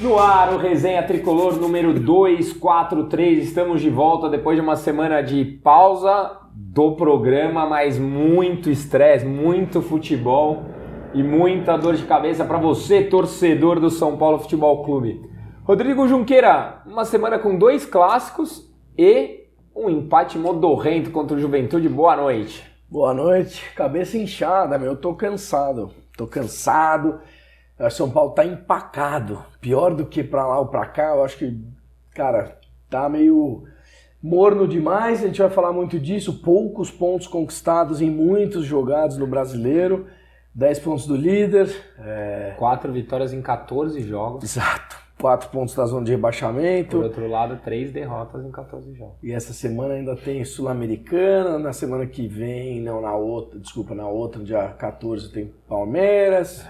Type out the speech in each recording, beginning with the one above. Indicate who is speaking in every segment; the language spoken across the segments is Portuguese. Speaker 1: No ar, o Resenha Tricolor número 243. Estamos de volta depois de uma semana de pausa do programa, mas muito estresse, muito futebol e muita dor de cabeça para você, torcedor do São Paulo Futebol Clube. Rodrigo Junqueira, uma semana com dois clássicos e um empate modorrento contra o Juventude. Boa noite.
Speaker 2: Boa noite. Cabeça inchada, meu. Eu tô cansado. Tô cansado. Eu acho que São Paulo tá empacado. Pior do que pra lá ou pra cá, eu acho que, cara, tá meio morno demais. A gente vai falar muito disso. Poucos pontos conquistados em muitos jogados no brasileiro. 10 pontos do líder. É,
Speaker 1: Quatro vitórias em 14 jogos.
Speaker 2: Exato. 4 pontos da zona de rebaixamento.
Speaker 1: Por outro lado, três derrotas em 14 jogos.
Speaker 2: E essa semana ainda tem Sul-Americana, na semana que vem, não, na outra, desculpa, na outra, dia 14 tem Palmeiras.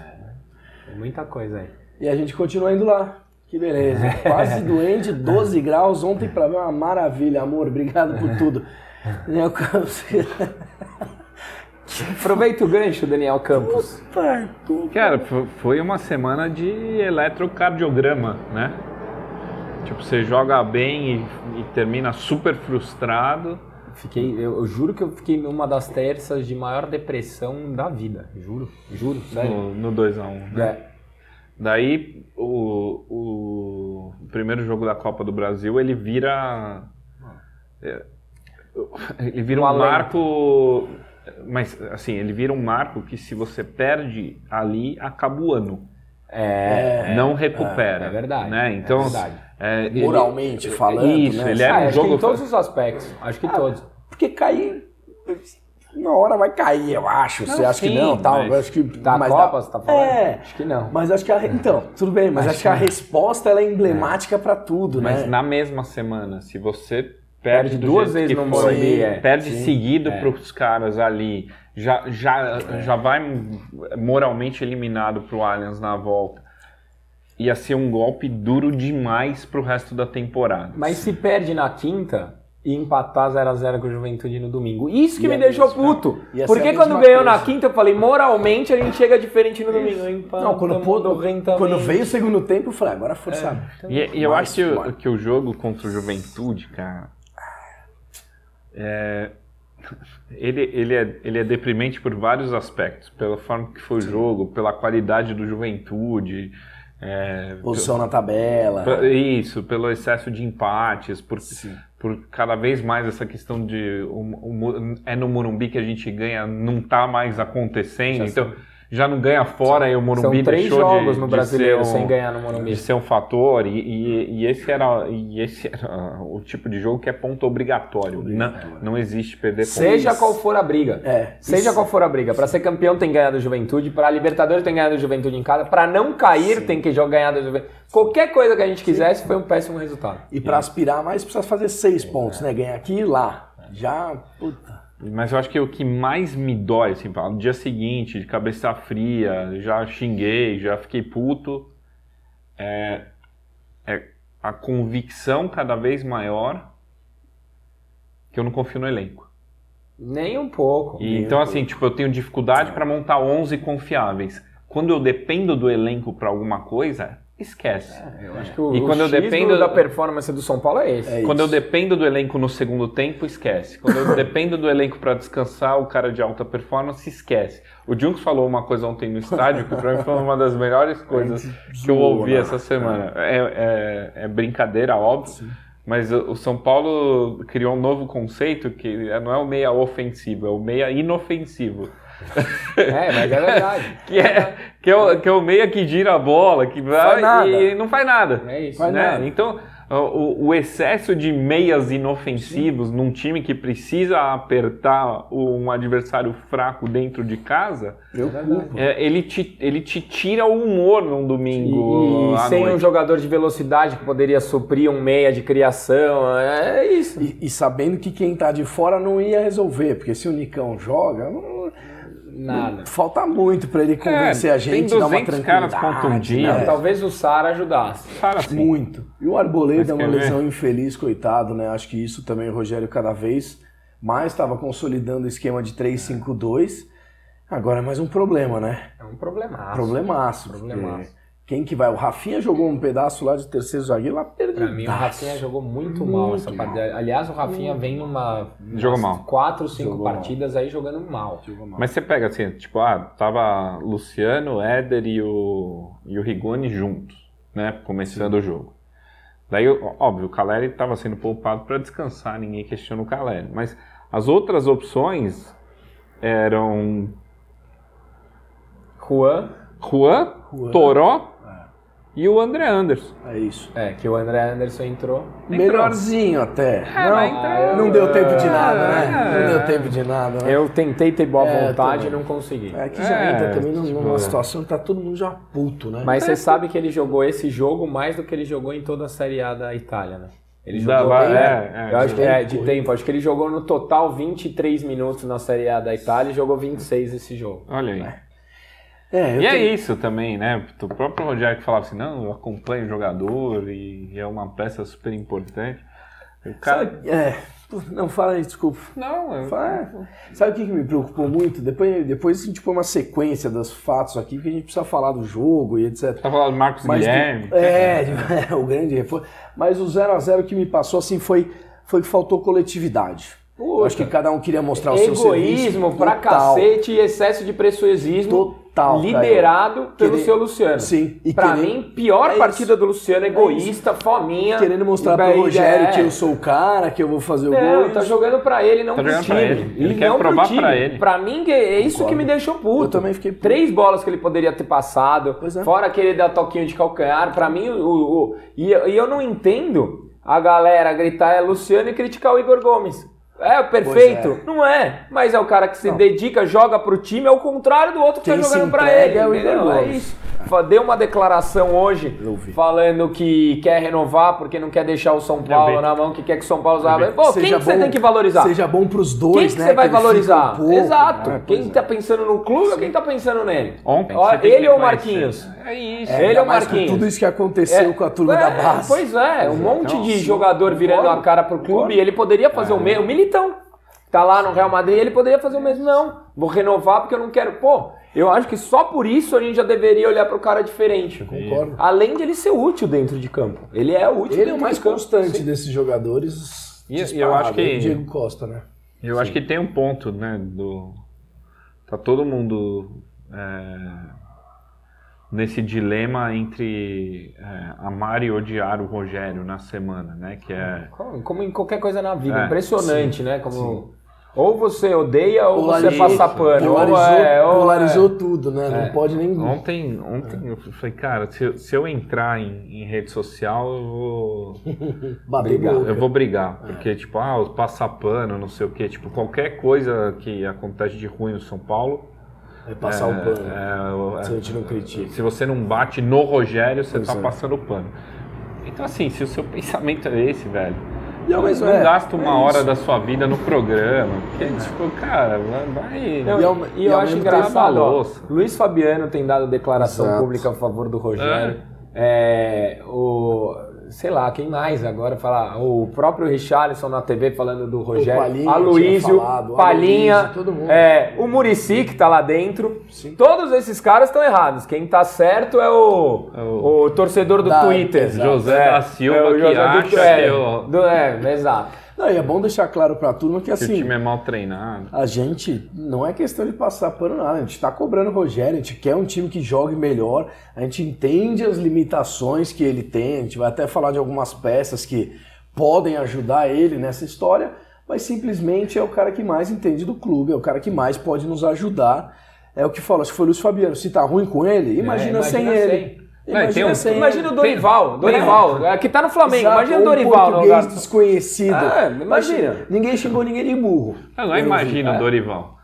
Speaker 1: Tem muita coisa aí.
Speaker 2: E a gente continua indo lá. Que beleza. Quase doente, 12 graus ontem pra ver uma maravilha, amor. Obrigado por tudo. Daniel Campos.
Speaker 1: Aproveita o gancho, Daniel Campos.
Speaker 2: Puta, tu-
Speaker 3: Cara, fo- foi uma semana de eletrocardiograma, né? Tipo, você joga bem e, e termina super frustrado.
Speaker 1: Fiquei, eu, eu juro que eu fiquei numa das terças de maior depressão da vida. Juro, juro, sério.
Speaker 3: No, no 2x1. né?
Speaker 1: É.
Speaker 3: Daí, o, o primeiro jogo da Copa do Brasil, ele vira... é, ele vira
Speaker 1: Ah. Um
Speaker 3: um,
Speaker 1: alento.
Speaker 3: marco... Mas, assim, ele vira um marco que se você perde ali, acaba o ano.
Speaker 1: É.
Speaker 3: não recupera.
Speaker 1: é verdade,
Speaker 3: Né? Então,
Speaker 1: é verdade.
Speaker 3: é, ele-
Speaker 2: Moralmente falando,
Speaker 3: Isso,
Speaker 2: né?
Speaker 3: ele é- era
Speaker 1: Ah,
Speaker 3: um
Speaker 1: acho que
Speaker 3: jogo...
Speaker 1: em todos os aspectos. Acho que
Speaker 2: Ah,
Speaker 1: em todos.
Speaker 2: Porque cair, uma hora vai cair, eu acho. Você acha que
Speaker 3: sim,
Speaker 2: não, tal?
Speaker 3: mas-
Speaker 2: eu acho que
Speaker 1: Da
Speaker 2: mas
Speaker 1: Copa, você tá falando?
Speaker 2: É.
Speaker 1: Acho que não.
Speaker 2: Mas acho que a, então, tudo bem, mas acho, que a resposta ela é emblemática pra tudo,
Speaker 3: Mas
Speaker 2: né?
Speaker 3: na mesma semana, se você
Speaker 1: Perde
Speaker 3: perde, do
Speaker 1: duas
Speaker 3: jeito
Speaker 1: vezes
Speaker 3: que
Speaker 1: no
Speaker 3: foi,
Speaker 1: Morumbi, é.
Speaker 3: perde
Speaker 2: Sim.
Speaker 3: seguido para os caras ali, já, já, já vai moralmente eliminado para o Allianz na volta. Ia ser um golpe duro demais para o resto da temporada.
Speaker 1: Mas se perde na quinta e empatar 0x0 com o Juventude no domingo. Isso que
Speaker 2: Ia
Speaker 1: me deixou
Speaker 2: é mesmo, cara.
Speaker 1: puto.
Speaker 2: Ia ser a
Speaker 1: Porque
Speaker 2: mesma
Speaker 1: quando ganhou na
Speaker 2: coisa.
Speaker 1: quinta, eu falei, moralmente a gente chega diferente no domingo. Empata,
Speaker 2: Não, quando, pô-
Speaker 1: mudou o rei também.
Speaker 2: quando veio o segundo tempo, eu falei, "Ah, agora
Speaker 3: É,
Speaker 2: força.
Speaker 3: E, e eu
Speaker 2: Mais
Speaker 3: acho que, o-
Speaker 2: forte.
Speaker 3: que o jogo contra o Juventude, cara. É, ele, ele, é, ele é deprimente por vários aspectos. Pela forma que foi o jogo, pela qualidade do Juventude. é,
Speaker 2: Posição na tabela.
Speaker 3: pe- isso, pelo excesso de empates, por,
Speaker 2: Sim.
Speaker 3: por cada vez mais essa questão de o, o Mu- é no Morumbi que a gente ganha, não tá mais acontecendo.
Speaker 1: Já
Speaker 3: então já não ganha fora e o
Speaker 1: São
Speaker 3: Morumbi
Speaker 1: três
Speaker 3: deixou
Speaker 1: jogos
Speaker 3: de,
Speaker 1: no
Speaker 3: de
Speaker 1: brasileiro
Speaker 3: ser um-
Speaker 1: sem ganhar no
Speaker 3: de
Speaker 1: Morumbi.
Speaker 3: ser um fator e, e- e esse era e esse era o tipo de jogo que é ponto obrigatório, né?
Speaker 2: Obrigatório.
Speaker 3: Não, não existe perder ponto.
Speaker 1: Seja qual for a briga.
Speaker 2: É.
Speaker 1: Seja
Speaker 2: isso.
Speaker 1: qual for a briga, pra ser campeão tem que ganhar do Juventude, pra Libertadores tem que ganhar do Juventude em casa, pra não cair tem que jogar ganhar do Juventude. Qualquer coisa que a gente quisesse foi um péssimo resultado.
Speaker 2: E pra aspirar mais, precisa fazer seis pontos, né? Ganhar aqui e lá. Já, puta.
Speaker 3: mas eu acho que o que mais me dói assim pá, no dia seguinte de cabeça fria já xinguei já fiquei puto é, é a convicção cada vez maior que eu não confio no elenco
Speaker 1: Nem um pouco.
Speaker 3: E então, assim, tipo, eu tenho dificuldade para montar 11 confiáveis. Quando eu dependo do elenco para alguma coisa, esquece.
Speaker 2: né?
Speaker 1: Eu acho que o,
Speaker 3: E
Speaker 1: o
Speaker 3: quando eu
Speaker 1: X do-
Speaker 3: dependo-
Speaker 1: da performance do São Paulo é esse.
Speaker 2: É
Speaker 3: Quando eu
Speaker 2: isso.
Speaker 3: dependo do elenco no segundo tempo, esquece. Quando eu dependo do elenco para descansar, o cara de alta performance esquece. O Junks falou uma coisa ontem no estádio que pra mim foi uma das melhores coisas que eu ouvi
Speaker 2: zoou, né?
Speaker 3: essa semana. É, é- é brincadeira, óbvio. Mas o o São Paulo criou um novo conceito que é- não é o meia ofensivo, é o meia inofensivo.
Speaker 1: É, mas é verdade.
Speaker 3: Que é, que é, o, que é o meia que gira a bola, que vai
Speaker 2: Faz nada.
Speaker 3: e não faz nada.
Speaker 1: É isso.
Speaker 2: Mas
Speaker 3: né?
Speaker 2: nada.
Speaker 3: Então, o, o excesso de meias inofensivos num time que precisa apertar um adversário fraco dentro de casa,
Speaker 2: Preocupa.
Speaker 3: é, ele, te, ele te tira o humor num
Speaker 1: E, e
Speaker 3: domingo é à
Speaker 1: sem um
Speaker 3: noite.
Speaker 1: jogador de velocidade que poderia suprir um meia de criação, é isso.
Speaker 2: E, e sabendo que quem tá de fora não ia resolver, porque se o Nicão joga, não-
Speaker 1: Nada.
Speaker 2: falta muito pra ele convencer
Speaker 3: É,
Speaker 2: a gente,
Speaker 3: tem
Speaker 2: dar uma
Speaker 3: 200 caras um
Speaker 2: tranquilidade.
Speaker 3: contundidos.
Speaker 2: né?
Speaker 1: Talvez o Sara ajudasse.
Speaker 3: Cara, assim,
Speaker 2: Muito. E o Arboleda é
Speaker 3: Mas
Speaker 2: uma
Speaker 3: quer ver?
Speaker 2: lesão infeliz, coitado, né? Acho que isso também o Rogério cada vez mais estava consolidando o esquema de 3-5-2. Agora é mais um problema, né?
Speaker 1: É um problemaço.
Speaker 2: Problemaço. porque
Speaker 1: Problemaço.
Speaker 2: Quem que vai? O Rafinha jogou um pedaço lá de terceiro zagueiro, lá perdeu.
Speaker 1: Pra mim, o Rafinha é jogou muito mal essa partida. Aliás, o Rafinha vem numa.
Speaker 3: Jogou
Speaker 1: umas
Speaker 3: mal.
Speaker 1: Quatro, cinco
Speaker 2: Jogou mal.
Speaker 1: partidas aí jogando mal.
Speaker 3: Mas você pega assim, tipo, ah, tava Luciano, Éder e o, e o Rigoni juntos, né? Começando o jogo. Daí, ó- óbvio, o Caleri estava sendo poupado para descansar, ninguém questiona o Caleri. Mas as outras opções eram
Speaker 1: Juan,
Speaker 3: Juan,
Speaker 2: Juan.
Speaker 3: Toró e o André Anderson.
Speaker 2: É isso.
Speaker 1: é, que o André Anderson entrou.
Speaker 2: Melhorzinho até.
Speaker 3: mas
Speaker 2: não,
Speaker 3: entrou.
Speaker 2: não deu tempo de nada,
Speaker 3: É.
Speaker 2: né? Não deu tempo de nada, né?
Speaker 1: Eu tentei ter boa
Speaker 2: É,
Speaker 1: vontade e
Speaker 2: também.
Speaker 1: não consegui.
Speaker 2: É que já
Speaker 3: É,
Speaker 2: entra também
Speaker 3: tipo-
Speaker 2: numa situação que tá todo mundo já puto, né?
Speaker 1: Mas você sabe que ele jogou esse jogo mais do que ele jogou em toda a Série A da Itália, né? Ele
Speaker 3: Da-
Speaker 1: jogou
Speaker 3: lá-
Speaker 1: bem,
Speaker 3: é,
Speaker 1: né?
Speaker 3: é,
Speaker 1: Eu acho que é, de
Speaker 2: Corrido.
Speaker 1: tempo. Acho que ele jogou no total 23 minutos na Série A da Itália e jogou 26 esse jogo.
Speaker 3: Olha aí.
Speaker 2: É, eu
Speaker 3: E é
Speaker 2: tenho-
Speaker 3: isso também, né? O próprio Rogério que falava assim, não, eu acompanho o jogador e é uma peça super importante. O cara...
Speaker 2: É, pô, não fala aí, desculpa.
Speaker 3: Não, eu...
Speaker 2: Fala- Sabe o que, que me preocupou muito? Depois, depois a gente põe uma sequência dos fatos aqui, porque a gente precisa falar do jogo e etc.
Speaker 3: Tá falando do Marcos
Speaker 2: Mas do-
Speaker 3: Guilherme.
Speaker 1: tá
Speaker 2: é, de- é, o grande reforço. Mas o 0x0 que me passou assim foi, foi que faltou coletividade. Eu acho que cada um queria mostrar o seu serviço.
Speaker 1: Egoísmo pra
Speaker 2: Total.
Speaker 1: cacete e excesso de pressuesismo
Speaker 2: Total.
Speaker 1: liderado pelo
Speaker 2: Querer-
Speaker 1: seu Luciano.
Speaker 2: Sim. E
Speaker 1: pra
Speaker 2: querer-
Speaker 1: mim, pior
Speaker 2: É isso.
Speaker 1: partida do Luciano, egoísta, fominha.
Speaker 2: Querendo mostrar
Speaker 1: E daí,
Speaker 2: pro Rogério
Speaker 1: é,
Speaker 2: que eu sou o cara, que eu vou fazer o
Speaker 1: Não,
Speaker 2: gol.
Speaker 1: tá jogando pra ele, não
Speaker 3: Tá
Speaker 1: pro
Speaker 3: jogando
Speaker 1: time.
Speaker 3: pra ele. Ele
Speaker 1: E
Speaker 3: quer
Speaker 1: não pro
Speaker 3: provar
Speaker 1: time.
Speaker 3: pra ele.
Speaker 1: Pra mim, que é isso que me deixou puto.
Speaker 2: Eu também fiquei puto.
Speaker 1: Três bolas que ele poderia ter passado,
Speaker 2: Pois é.
Speaker 1: fora aquele da toquinho de calcanhar. Pra mim, o, o- o- e, eu- e eu não entendo a galera gritar é Luciano e criticar o Igor Gomes. É, perfeito.
Speaker 2: é.
Speaker 1: Não é. Mas é o cara que se dedica, joga pro time, é o contrário do outro que
Speaker 2: Quem
Speaker 1: tá
Speaker 2: se
Speaker 1: jogando pra
Speaker 2: entrega
Speaker 1: ele.
Speaker 2: é o
Speaker 1: entendeu?
Speaker 2: Igor
Speaker 1: É
Speaker 2: Gomes.
Speaker 1: isso. Fa- Deu uma declaração hoje
Speaker 2: Eu vi.
Speaker 1: falando que quer renovar porque não quer deixar o São Paulo
Speaker 3: vi.
Speaker 1: na mão, que quer que o São Paulo zaga.
Speaker 3: vi.
Speaker 1: Pô, quem que você tem que valorizar?
Speaker 2: Seja bom pros dois,
Speaker 1: quem que
Speaker 2: né?
Speaker 1: você vai
Speaker 2: ele fica
Speaker 1: valorizar?
Speaker 2: um pouco,
Speaker 1: Exato.
Speaker 2: né? Pois
Speaker 1: quem
Speaker 2: é.
Speaker 1: tá pensando no clube ou quem tá pensando nele?
Speaker 3: Ontem.
Speaker 1: Ó,
Speaker 3: você tem
Speaker 1: ele
Speaker 3: que
Speaker 1: ou o
Speaker 3: reconhecer.
Speaker 1: Marquinhos?
Speaker 2: né?
Speaker 3: É isso.
Speaker 1: Ele
Speaker 2: Ainda
Speaker 1: é o
Speaker 2: mais com
Speaker 1: Marquinhos.
Speaker 2: tudo isso que aconteceu com a
Speaker 1: É,
Speaker 2: turma da base.
Speaker 1: Pois é, um monte
Speaker 3: Então,
Speaker 1: de
Speaker 3: sim,
Speaker 1: jogador virando a
Speaker 2: concordo,
Speaker 1: cara pro clube
Speaker 2: concordo. É.
Speaker 1: e ele poderia fazer o mesmo. O Militão tá lá no Real Madrid, ele poderia fazer o mesmo. Não, vou renovar porque eu não quero. Pô, eu acho que só por isso a gente já deveria olhar pro cara diferente.
Speaker 2: Concordo.
Speaker 1: Além de ele ser útil dentro de campo. Ele é útil
Speaker 2: Ele é
Speaker 1: dentro
Speaker 2: o mais
Speaker 1: de campo.
Speaker 2: constante desses jogadores.
Speaker 3: E- e eu acho
Speaker 2: disparado,
Speaker 3: que-
Speaker 2: o Diego Costa, né?
Speaker 3: Eu acho que tem um ponto, né? Do... Tá todo mundo é, nesse dilema entre é, amar e odiar o Rogério na semana, né? Que é.
Speaker 1: Como- Como em qualquer coisa na vida.
Speaker 3: É,
Speaker 1: Impressionante, né? Como... Ou você odeia ou você
Speaker 2: Polarizou-
Speaker 1: passa pano. Ou
Speaker 2: Polarizou,
Speaker 1: é, ou é.
Speaker 2: polarizou tudo, né? Não pode nem.
Speaker 3: Ontem, ontem eu falei, cara, se, eu- se eu entrar em, em rede social, eu vou.
Speaker 2: Bater
Speaker 1: Obrigado.
Speaker 2: boca.
Speaker 3: Eu vou brigar, porque, tipo, ah, os passapano, não sei o quê. Tipo, qualquer coisa que acontece de ruim no São Paulo.
Speaker 2: É passar o pano.
Speaker 3: é,
Speaker 2: Se a gente não critica.
Speaker 3: Se você não bate no Rogério, você
Speaker 2: Pois
Speaker 3: tá
Speaker 2: é.
Speaker 3: passando o pano. Então, assim, se o seu pensamento é esse, velho,
Speaker 2: E ao mesmo-
Speaker 3: não
Speaker 2: é,
Speaker 3: gasta uma
Speaker 2: é
Speaker 3: hora
Speaker 2: isso. É.
Speaker 3: da sua vida no programa. Porque, tipo, cara, vai. vai- né?
Speaker 1: Não,
Speaker 2: E ao-
Speaker 1: e
Speaker 2: e
Speaker 1: eu
Speaker 2: ao
Speaker 1: acho
Speaker 2: mesmo
Speaker 1: engraçado,
Speaker 3: tempo-
Speaker 1: ó, Luiz Fabiano tem dado declaração
Speaker 2: Exato.
Speaker 1: pública a favor do Rogério. É, o, sei lá, quem mais agora falar? O próprio Richarlison na TV falando do Rogério.
Speaker 2: Palinha
Speaker 1: Aloysio,
Speaker 2: tinha falado,
Speaker 1: Palinha,
Speaker 2: Aloysio, todo mundo.
Speaker 1: é, o Murici que tá lá dentro.
Speaker 2: Sim.
Speaker 1: Todos esses caras estão errados. Quem tá certo é o,
Speaker 3: o-
Speaker 1: o torcedor do
Speaker 2: Da-
Speaker 1: Twitter. É.
Speaker 2: exato.
Speaker 3: José da Silva que acha
Speaker 1: do, é,
Speaker 3: que o-
Speaker 1: do- é, exato.
Speaker 2: Não, e é bom deixar claro pra turma que
Speaker 3: que o
Speaker 2: assim.
Speaker 3: time é mal treinado.
Speaker 2: A gente não é questão de passar pano nada, a gente tá cobrando o Rogério, a gente quer um time que jogue melhor, a gente entende as limitações que ele tem, a gente vai até falar de algumas peças que podem ajudar ele nessa história, mas simplesmente é o cara que mais entende do clube, é o cara que mais pode nos ajudar. É o que fala, se foi o Luiz Fabiano, se tá ruim com ele, imagina,
Speaker 1: É, imagina
Speaker 2: sem,
Speaker 1: sem.
Speaker 2: ele.
Speaker 3: Não, e tem um-
Speaker 2: sem
Speaker 1: Imagina o
Speaker 2: ele.
Speaker 1: Dorival, Dorival, é, que tá no Flamengo.
Speaker 2: Exato,
Speaker 1: imagina o
Speaker 2: ou
Speaker 1: Dorival
Speaker 2: Um
Speaker 1: no
Speaker 2: português
Speaker 1: lugar.
Speaker 2: desconhecido.
Speaker 1: Ah, imagina.
Speaker 2: Ninguém xingou ninguém de burro.
Speaker 3: Ah, Não, não
Speaker 2: Eu vi.
Speaker 3: imagina o
Speaker 2: É.
Speaker 3: Dorival.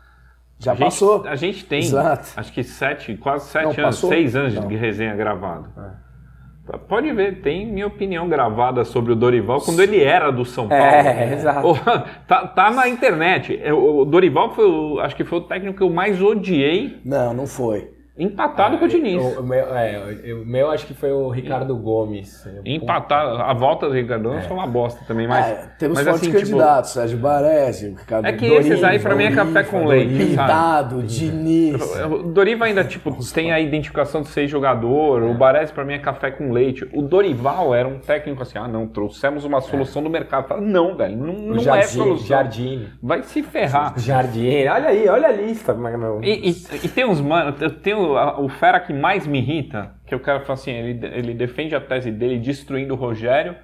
Speaker 2: Já
Speaker 3: a gente,
Speaker 2: passou.
Speaker 3: A gente tem,
Speaker 2: Exato.
Speaker 3: acho que sete, quase sete
Speaker 2: Não,
Speaker 3: anos,
Speaker 2: passou?
Speaker 3: seis anos
Speaker 2: Não. É.
Speaker 3: de resenha gravada. Pode ver, tem minha opinião gravada sobre o Dorival quando ele era do São Paulo.
Speaker 1: É, exato.
Speaker 3: O- tá, tá na internet. É, O o Dorival foi, o- acho que foi o técnico que eu mais odiei
Speaker 2: Não, não foi.
Speaker 1: Ah,
Speaker 3: Empatado com o Diniz.
Speaker 1: O, o meu, é, o meu acho que foi o Ricardo Gomes. Um
Speaker 3: Empatado. A volta do Ricardo
Speaker 1: É.
Speaker 3: Gomes foi uma bosta também, mas.
Speaker 2: É, temos
Speaker 3: mas
Speaker 2: fortes
Speaker 3: assim, tipo,
Speaker 2: candidatos, Sérgio Baresi, Ricardo
Speaker 3: É que esses aí, pra mim, é
Speaker 2: Doriva,
Speaker 3: café com leite,
Speaker 2: Doriva,
Speaker 3: sabe?
Speaker 2: Pintado, Diniz.
Speaker 1: Ah,
Speaker 2: É,
Speaker 1: é.
Speaker 3: O Doriva ainda, tipo, tem a identificação de ser jogador. O Baresi, pra mim, é café com leite. O Dorival era um técnico assim, ah, não, trouxemos uma solução do mercado. Fala, não, velho, não,
Speaker 1: É. O
Speaker 3: não é
Speaker 1: Jardim,
Speaker 3: solução.
Speaker 1: Jardim.
Speaker 3: Vai se ferrar.
Speaker 1: Jardim. Olha aí, olha a lista. é meu.
Speaker 3: E, e- e tem uns, mano, eu tenho a- o fera que mais me irrita, que o cara fala assim, ele, ele defende a tese dele destruindo o Rogério,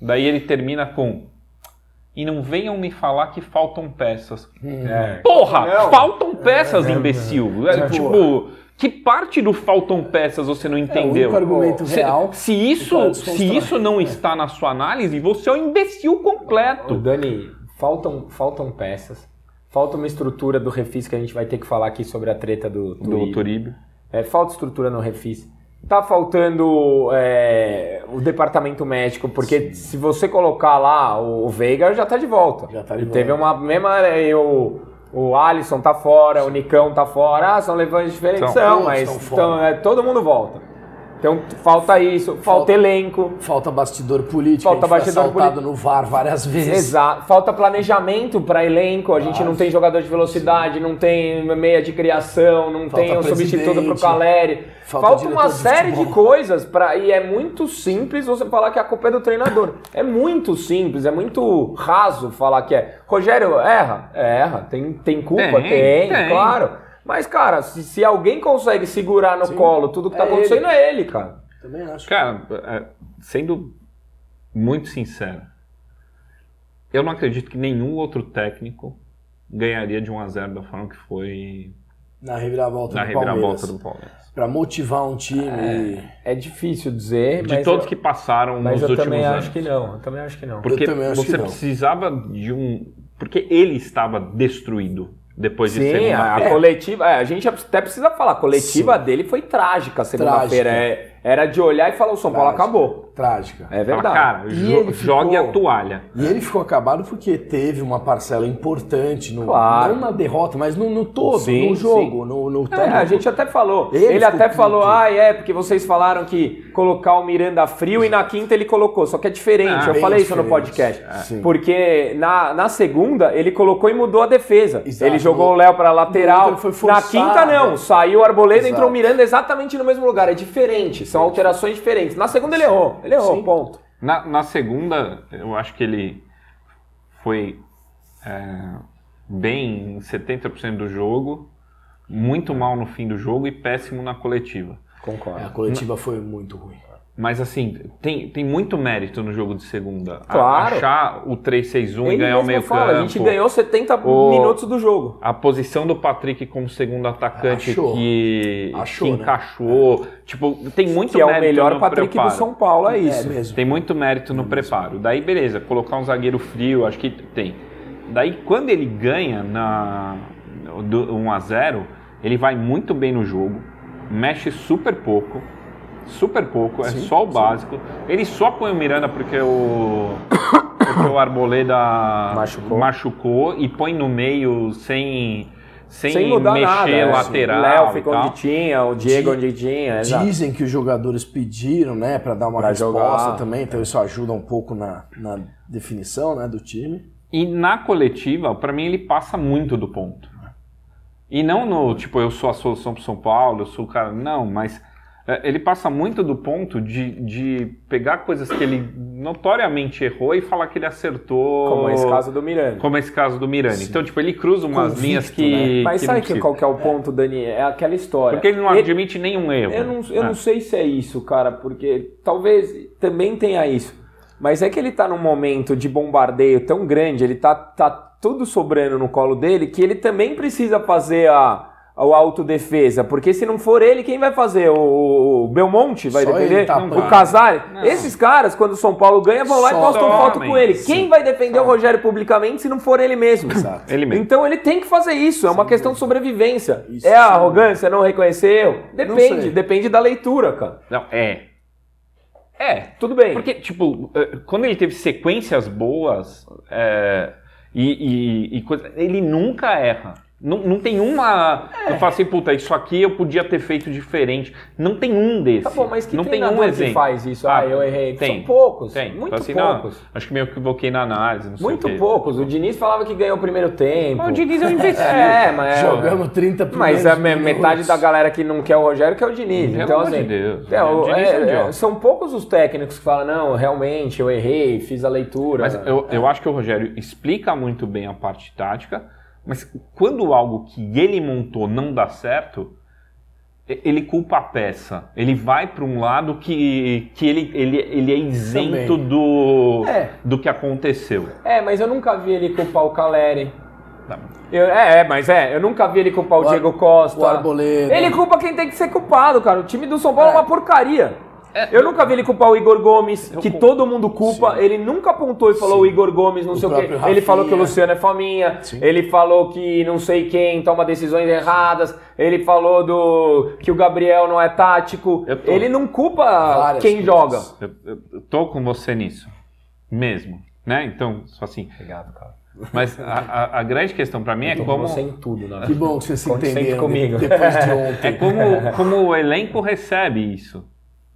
Speaker 3: daí ele termina com. E não venham me falar que faltam peças.
Speaker 1: É.
Speaker 3: Porra!
Speaker 1: Não.
Speaker 3: Faltam peças, imbecil! É,
Speaker 2: Tipo,
Speaker 3: tipo, que parte do faltam peças você não
Speaker 2: É o único
Speaker 3: entendeu?
Speaker 2: argumento
Speaker 3: Se,
Speaker 2: real.
Speaker 3: se
Speaker 2: Então,
Speaker 3: isso,
Speaker 2: desconstrói.
Speaker 3: se isso não está na sua análise, você é um imbecil
Speaker 1: O
Speaker 3: completo.
Speaker 1: Dani, faltam, faltam peças. Falta uma estrutura do refis que a gente vai ter que falar aqui sobre a treta do,
Speaker 3: Do
Speaker 1: Turíbio.
Speaker 3: Turíbio.
Speaker 1: É, falta estrutura no refis. Tá faltando é, o departamento médico, porque se você colocar lá o, o Veiga já tá de voltra.
Speaker 2: Já tá de
Speaker 1: e teve
Speaker 2: volta.
Speaker 1: uma mesma. é, e o, o Alisson tá fora, o Nicão tá fora. Ah, são levantes diferentes.
Speaker 3: São.
Speaker 1: São,
Speaker 2: Todos
Speaker 1: mas
Speaker 2: estão fora.
Speaker 1: então, é, todo mundo volta. Então falta isso, falta,
Speaker 2: Falta-
Speaker 1: elenco.
Speaker 2: Falta bastidor político,
Speaker 1: Falta
Speaker 2: a gente foi
Speaker 1: bastidor
Speaker 2: assaltado no VAR várias vezes.
Speaker 1: Exato. Falta planejamento para elenco. A gente não tem jogador de velocidade, não tem meia de criação, não
Speaker 2: Falta
Speaker 1: tem um substituto para o
Speaker 2: presidente.
Speaker 1: Caleri. Falta,
Speaker 2: Falta
Speaker 1: uma
Speaker 2: diretor de
Speaker 1: série de
Speaker 2: futebol.
Speaker 1: coisas para e é muito simples você falar que a culpa é do treinador. É muito simples, é muito raso falar que é. Rogério erra, erra. Tem tem culpa,
Speaker 3: Tem,
Speaker 1: tem,
Speaker 3: tem.
Speaker 1: claro. Mas cara, se, se alguém consegue segurar no
Speaker 2: Sim.
Speaker 1: colo tudo que tá
Speaker 2: É ele.
Speaker 1: acontecendo é ele, cara.
Speaker 2: Também acho.
Speaker 3: Cara, é, sendo muito sincero, eu não acredito que nenhum outro técnico ganharia de 1x0 da forma que foi
Speaker 2: Na reviravolta
Speaker 3: na
Speaker 2: do Palmeiras.
Speaker 3: reviravolta do Palmeiras.
Speaker 2: Pra motivar um time.
Speaker 1: É difícil dizer,
Speaker 3: De
Speaker 1: mas
Speaker 3: todos
Speaker 1: eu,
Speaker 3: que passaram
Speaker 1: mas
Speaker 3: nos
Speaker 1: eu
Speaker 3: últimos
Speaker 1: também
Speaker 3: anos.
Speaker 1: acho que não. Eu também acho que não.
Speaker 3: Porque
Speaker 2: Eu também acho
Speaker 3: você
Speaker 2: que não.
Speaker 3: precisava de um. Porque ele estava destruído depois de
Speaker 1: Sim, a, a
Speaker 3: segunda-feira.
Speaker 1: coletiva. é, a gente até precisa falar. A coletiva dele foi trágica segunda-feira. É, era de olhar e falar: o São Paulo
Speaker 2: Trágica.
Speaker 1: acabou.
Speaker 2: Trágica.
Speaker 1: É
Speaker 3: Fala,
Speaker 1: verdade.
Speaker 3: cara,
Speaker 2: E
Speaker 3: jo-
Speaker 2: ele ficou-
Speaker 3: jogue a toalha.
Speaker 2: E ele ficou acabado porque teve uma parcela importante, no,
Speaker 1: Claro.
Speaker 2: não na derrota, mas no, no todo,
Speaker 1: Sim,
Speaker 2: no jogo,
Speaker 1: sim.
Speaker 2: no, no
Speaker 1: É,
Speaker 2: técnico.
Speaker 1: a gente até falou.
Speaker 2: Ele
Speaker 1: Ele,
Speaker 2: ficou
Speaker 1: até
Speaker 2: puto.
Speaker 1: falou: ah, é, porque vocês falaram que colocar o Miranda frio e na quinta ele colocou. Só que é diferente.
Speaker 3: Ah,
Speaker 1: Eu
Speaker 2: bem
Speaker 1: falei isso no
Speaker 2: diferente.
Speaker 1: podcast.
Speaker 2: É. Sim.
Speaker 1: Porque na, na segunda ele colocou e mudou a defesa.
Speaker 2: Exato.
Speaker 1: Ele jogou o Léo pra lateral.
Speaker 2: Ele foi
Speaker 1: na
Speaker 2: forçado. né?
Speaker 1: quinta, não. Saiu o Arboleda,
Speaker 2: Exato.
Speaker 1: entrou o Miranda exatamente no mesmo lugar. É diferente. São alterações diferentes. Na segunda ele errou. Ele errou,
Speaker 2: Sim.
Speaker 1: ponto.
Speaker 3: Na, na segunda, eu acho que ele foi é, bem em 70% do jogo, muito mal no fim do jogo e péssimo na coletiva.
Speaker 2: É, a
Speaker 1: Concordo.
Speaker 2: coletiva foi muito ruim.
Speaker 3: Mas assim, tem, tem muito mérito no jogo de segunda. A-
Speaker 1: Claro.
Speaker 3: Achar o 3-6-1 e
Speaker 1: É. Ele
Speaker 3: ganhar o
Speaker 1: mesmo
Speaker 3: meio
Speaker 1: fala,
Speaker 3: campo.
Speaker 1: a gente ganhou 70
Speaker 3: O-
Speaker 1: minutos do jogo.
Speaker 3: A posição do Patrick como segundo atacante
Speaker 2: Achou.
Speaker 3: que,
Speaker 2: Achou,
Speaker 3: que
Speaker 2: né?
Speaker 3: encaixou. Tipo, tem muito
Speaker 1: que é o
Speaker 3: mérito
Speaker 1: melhor
Speaker 3: no
Speaker 1: Patrick
Speaker 3: preparo.
Speaker 1: do São Paulo, é isso.
Speaker 2: É mesmo.
Speaker 3: Tem muito mérito no preparo. Daí, beleza, colocar um zagueiro frio, acho que tem. Daí, quando ele ganha na no- do 1 a 0 ele vai muito bem no jogo, mexe super pouco, super pouco, é
Speaker 2: Sim,
Speaker 3: só o
Speaker 2: sim.
Speaker 3: básico. Ele só põe o Miranda porque o, porque o Arboleda
Speaker 1: Machucou.
Speaker 3: machucou e põe no meio sem, sem,
Speaker 1: Sem mudar
Speaker 3: mexer
Speaker 1: nada. né?
Speaker 3: lateral.
Speaker 1: O Léo
Speaker 3: e
Speaker 1: ficou
Speaker 3: tal.
Speaker 1: onde tinha, o Diego
Speaker 2: Di-
Speaker 1: onde tinha. exato.
Speaker 2: Dizem que os jogadores pediram, né, pra dar uma
Speaker 1: Pra
Speaker 2: resposta
Speaker 1: jogar.
Speaker 2: também, então isso ajuda um pouco na, na definição, né, do time.
Speaker 3: E na coletiva, pra mim, ele passa muito do ponto. E não no tipo, eu sou a solução pro São Paulo, eu sou o cara. Não, mas é, ele passa muito do ponto de, de pegar coisas que ele notoriamente errou e falar que ele acertou.
Speaker 1: Como é esse caso do Miranda.
Speaker 3: como é esse caso do Miranda.
Speaker 2: Sim.
Speaker 3: Então, tipo, ele cruza umas
Speaker 2: Convicto,
Speaker 3: linhas que.
Speaker 1: né? Mas
Speaker 3: que
Speaker 1: sabe
Speaker 3: não
Speaker 1: que,
Speaker 3: precisa.
Speaker 1: qual que é o ponto, Dani? É aquela história.
Speaker 3: Porque ele não
Speaker 1: Ele-
Speaker 3: admite nenhum erro.
Speaker 1: Eu, não, eu
Speaker 3: É.
Speaker 1: não sei se é isso, cara, porque talvez também tenha isso. Mas é que ele tá num momento de bombardeio tão grande, ele tá, tá tudo sobrando no colo dele, que ele também precisa fazer a, a autodefesa. Porque se não for ele, quem vai fazer? O, o Belmonte vai
Speaker 2: Só
Speaker 1: defender?
Speaker 2: ele tá
Speaker 1: o
Speaker 2: apanhando.
Speaker 1: Casares?
Speaker 3: Não.
Speaker 1: Esses caras, quando o São Paulo ganha, vão lá e
Speaker 2: Só
Speaker 1: postam foto
Speaker 3: homem.
Speaker 1: com ele.
Speaker 3: Sim.
Speaker 1: Quem vai defender o Rogério publicamente se não for ele mesmo?
Speaker 2: Exato.
Speaker 3: Ele mesmo.
Speaker 1: Então ele tem que fazer isso, é uma questão de sobrevivência.
Speaker 2: Isso,
Speaker 1: é
Speaker 2: sim.
Speaker 1: a arrogância, não reconhecer erro? Depende,
Speaker 2: sei.
Speaker 1: depende da leitura, cara.
Speaker 3: Não, é. É,
Speaker 1: Tudo bem.
Speaker 3: Porque, tipo, eh, quando ele teve sequências boas eh, e, e- e coisa- ele nunca erra. Não, não tem uma.
Speaker 1: É.
Speaker 3: Eu falo assim, puta, isso aqui eu podia ter feito diferente. Não tem um desse.
Speaker 1: Tá bom, mas que
Speaker 3: não tem
Speaker 1: treinador
Speaker 3: um
Speaker 1: que
Speaker 3: exemplo.
Speaker 1: faz isso? Ah,
Speaker 3: Ah,
Speaker 1: eu errei. São
Speaker 3: tem.
Speaker 1: poucos.
Speaker 3: Tem.
Speaker 1: Muito
Speaker 3: Fala assim, não,
Speaker 1: poucos.
Speaker 3: acho que me equivoquei na análise, não sei
Speaker 1: Muito
Speaker 3: o quê.
Speaker 1: poucos. O Diniz falava que ganhou o primeiro tempo.
Speaker 3: Mas o Diniz é um imbecil.
Speaker 1: É, mas.
Speaker 2: Jogamos 30
Speaker 1: Mas
Speaker 2: primeiros
Speaker 1: a me-
Speaker 2: minutos.
Speaker 1: metade da galera que não quer o Rogério quer o Diniz.
Speaker 3: Pelo
Speaker 1: então,
Speaker 3: amor de
Speaker 1: assim.
Speaker 3: Deus.
Speaker 1: é, o-
Speaker 3: O Diniz
Speaker 1: é,
Speaker 3: é
Speaker 1: é,
Speaker 3: um idiota.
Speaker 1: são poucos os técnicos que falam, não, realmente, eu errei, fiz a leitura.
Speaker 3: Mas eu,
Speaker 2: é.
Speaker 3: eu acho que o Rogério explica muito bem a parte tática, mas quando algo que ele montou não dá certo, e- ele culpa a peça. Ele vai para um lado que, que ele, ele, ele é isento
Speaker 2: Também.
Speaker 3: do,
Speaker 2: É.
Speaker 3: do que aconteceu.
Speaker 1: É, mas eu nunca vi ele culpar o Caleri.
Speaker 3: Tá.
Speaker 1: Eu- é, é, mas é, eu nunca vi ele culpar o,
Speaker 2: O Ar-
Speaker 1: Diego Costa.
Speaker 2: o Arboleda.
Speaker 1: Ele culpa quem tem que ser culpado, cara. O time do São Paulo é,
Speaker 2: É.
Speaker 1: uma porcaria. eu nunca vi ele culpar o Igor Gomes,
Speaker 3: É. Eu
Speaker 1: que
Speaker 3: con-
Speaker 1: todo mundo culpa.
Speaker 2: Sim.
Speaker 1: Ele nunca apontou e falou
Speaker 2: Sim.
Speaker 1: o Igor Gomes, não
Speaker 2: O
Speaker 1: sei o quê.
Speaker 2: próprio
Speaker 1: Ele falou que o
Speaker 2: Rafinha.
Speaker 1: Luciano é faminha.
Speaker 2: Sim.
Speaker 1: Ele falou que não sei quem toma decisões erradas. Ele falou do que o Gabriel não é tático.
Speaker 3: Eu tô-
Speaker 1: Ele não culpa
Speaker 2: Várias
Speaker 1: quem
Speaker 2: coisas.
Speaker 1: joga.
Speaker 3: Eu, eu- eu tô com você nisso. Mesmo. Né? Então, só assim.
Speaker 1: Obrigado, cara.
Speaker 3: Mas a, a- a grande questão para mim é como.
Speaker 1: Então, Você em tudo, né?
Speaker 2: Que bom que você se
Speaker 1: Conte sempre
Speaker 2: entendeu né?
Speaker 1: comigo.
Speaker 2: depois de ontem.
Speaker 3: É como, como o elenco recebe isso.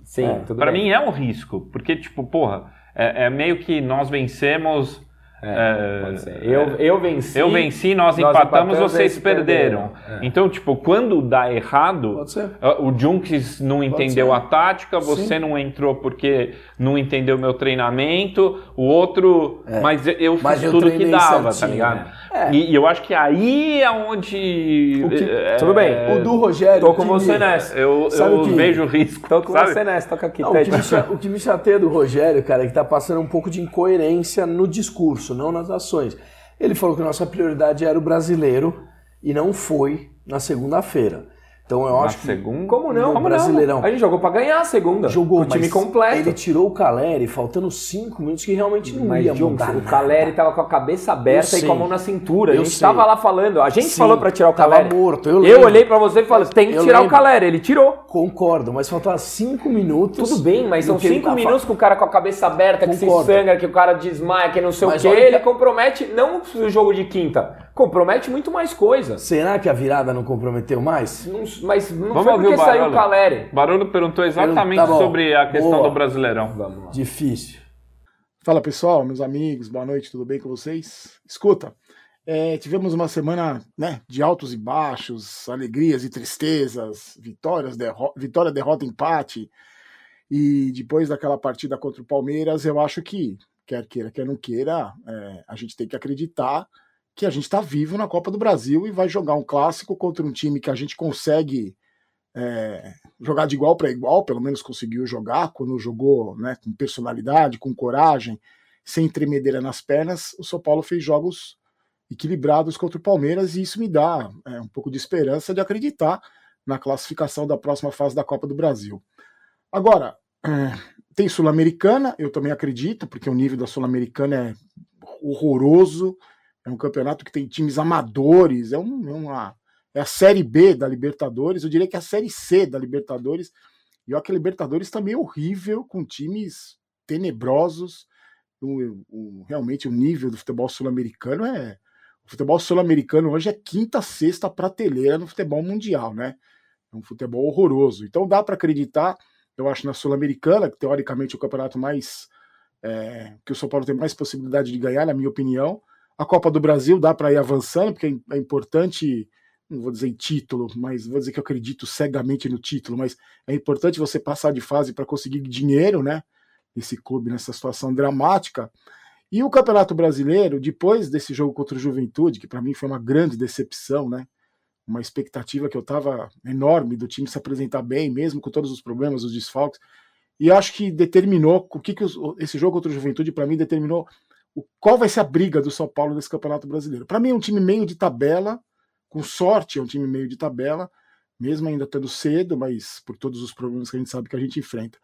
Speaker 1: Sim,
Speaker 2: É.
Speaker 1: tudo
Speaker 3: Pra
Speaker 1: bem.
Speaker 3: mim é um risco, porque, tipo, porra, é, é meio que nós vencemos. é,
Speaker 1: Pode ser. Eu, eu venci.
Speaker 3: eu venci, nós,
Speaker 1: nós
Speaker 3: empatamos,
Speaker 1: empatamos,
Speaker 3: vocês
Speaker 1: eles
Speaker 3: perderam.
Speaker 1: perderam. É.
Speaker 3: Então, tipo, quando dá errado,
Speaker 2: Pode ser.
Speaker 3: ah, o Junks não entendeu
Speaker 2: ser.
Speaker 3: a tática, você não entrou porque não entendeu meu treinamento, o outro.
Speaker 2: É.
Speaker 3: Mas eu fiz
Speaker 2: Mas eu
Speaker 3: tudo que
Speaker 2: treinei
Speaker 3: dava, tá
Speaker 2: certinho,
Speaker 3: ligado?
Speaker 2: É.
Speaker 3: E, e eu acho que aí é onde.
Speaker 1: O que-
Speaker 3: é,
Speaker 1: tudo bem.
Speaker 2: O do Rogério.
Speaker 1: Tô com
Speaker 2: Diniz.
Speaker 1: você né? nessa.
Speaker 3: Eu,
Speaker 2: Sabe
Speaker 3: eu
Speaker 2: o que- Então,
Speaker 3: vejo o risco.
Speaker 1: Tô com
Speaker 3: sabe?
Speaker 1: você nessa, toca aqui. tá
Speaker 2: Não, o,
Speaker 1: Ted.
Speaker 2: que me, cha- o que me chateia do Rogério, cara, é que tá passando um pouco de incoerência no discurso, não nas ações. Ele falou que nossa prioridade era o brasileiro e não foi na segunda-feira. Então eu
Speaker 3: Na
Speaker 2: acho que
Speaker 3: segunda.
Speaker 1: Como não?
Speaker 2: Como Brasileirão.
Speaker 1: A gente jogou pra ganhar a segunda.
Speaker 2: jogou
Speaker 1: o time
Speaker 2: mas
Speaker 1: completo.
Speaker 2: Ele tirou o Caleri faltando cinco minutos que realmente não
Speaker 1: Mas,
Speaker 2: ia
Speaker 1: Junks,
Speaker 2: mudar.
Speaker 1: o
Speaker 2: nada.
Speaker 1: Caleri tava com a cabeça aberta
Speaker 2: Eu
Speaker 1: e com a
Speaker 2: sei.
Speaker 1: mão na cintura. a
Speaker 2: Eu
Speaker 1: gente
Speaker 2: sei.
Speaker 1: tava lá falando. A gente
Speaker 2: Sim,
Speaker 1: falou pra tirar o
Speaker 2: tava
Speaker 1: Caleri.
Speaker 2: morto, eu
Speaker 1: eu,
Speaker 2: lembro.
Speaker 1: olhei pra você e falei, tem que
Speaker 2: Eu
Speaker 1: tirar o
Speaker 2: lembro.
Speaker 1: Caleri. Ele tirou.
Speaker 2: Concordo, mas faltava cinco minutos.
Speaker 1: Tudo bem, mas
Speaker 2: do
Speaker 1: são
Speaker 2: que ele
Speaker 1: cinco
Speaker 2: tava
Speaker 1: minutos com o cara com a cabeça aberta, que se
Speaker 2: Concordo.
Speaker 1: sangra, que o cara desmaia, que não sei
Speaker 2: Mas
Speaker 1: o quê.
Speaker 2: olha
Speaker 1: Ele
Speaker 2: que-
Speaker 1: compromete não o jogo de quinta, compromete muito mais coisas.
Speaker 2: Será que a virada não comprometeu mais?
Speaker 1: Não- mas não
Speaker 3: Vamos
Speaker 1: foi
Speaker 3: ouvir
Speaker 1: porque
Speaker 3: o
Speaker 1: saiu o
Speaker 3: Barolo.
Speaker 1: Caleri.
Speaker 3: Barulho perguntou exatamente
Speaker 2: Tá bom.
Speaker 3: sobre a questão
Speaker 2: Boa.
Speaker 3: do Brasileirão.
Speaker 1: Vamos lá.
Speaker 2: Difícil.
Speaker 4: Fala pessoal, meus amigos, boa noite, tudo bem com vocês? Escuta, é, tivemos uma semana né, de altos e baixos, alegrias e tristezas, vitórias, derro- vitória, derrota, empate. E depois daquela partida contra o Palmeiras, eu acho que, quer queira, quer não queira, é, a gente tem que acreditar que a gente está vivo na Copa do Brasil e vai jogar um clássico contra um time que a gente consegue é, jogar de igual para igual, pelo menos conseguiu jogar quando jogou né, com personalidade, com coragem, sem tremedeira nas pernas. O São Paulo fez jogos equilibrados contra o Palmeiras e isso me dá é, um pouco de esperança de acreditar na classificação da próxima fase da Copa do Brasil. Agora, é, tem Sul-Americana, eu também acredito, porque o nível da Sul-Americana é horroroso. É um campeonato que tem times amadores, é, um, é uma é a Série B da Libertadores, eu diria que é a Série C da Libertadores, e olha que a Libertadores também é horrível, com times tenebrosos, o- o- realmente o nível do futebol sul-americano é... O futebol sul-americano hoje é quinta, sexta prateleira no futebol mundial, né? É um futebol horroroso. Então dá para acreditar, eu acho, na Sul-Americana, que teoricamente é o campeonato mais... é, que o São Paulo tem mais possibilidade de ganhar, na minha opinião. A Copa do Brasil dá para ir avançando, porque é im- é importante não vou dizer em título, mas vou dizer que eu acredito cegamente no título, mas é importante você passar de fase para conseguir dinheiro, né? Esse clube nessa situação dramática. E o Campeonato Brasileiro, depois desse jogo contra o Juventude, que para mim foi uma grande decepção, né? Uma expectativa que eu tava enorme do time se apresentar bem, mesmo com todos os problemas, os desfalques. E acho que determinou o que, que os- esse jogo contra o Juventude para mim determinou o, qual vai ser a briga do São Paulo nesse Campeonato Brasileiro. Para mim é um time meio de tabela, com sorte, é um time meio de tabela, mesmo ainda estando cedo, mas por todos os problemas que a gente sabe que a gente enfrenta.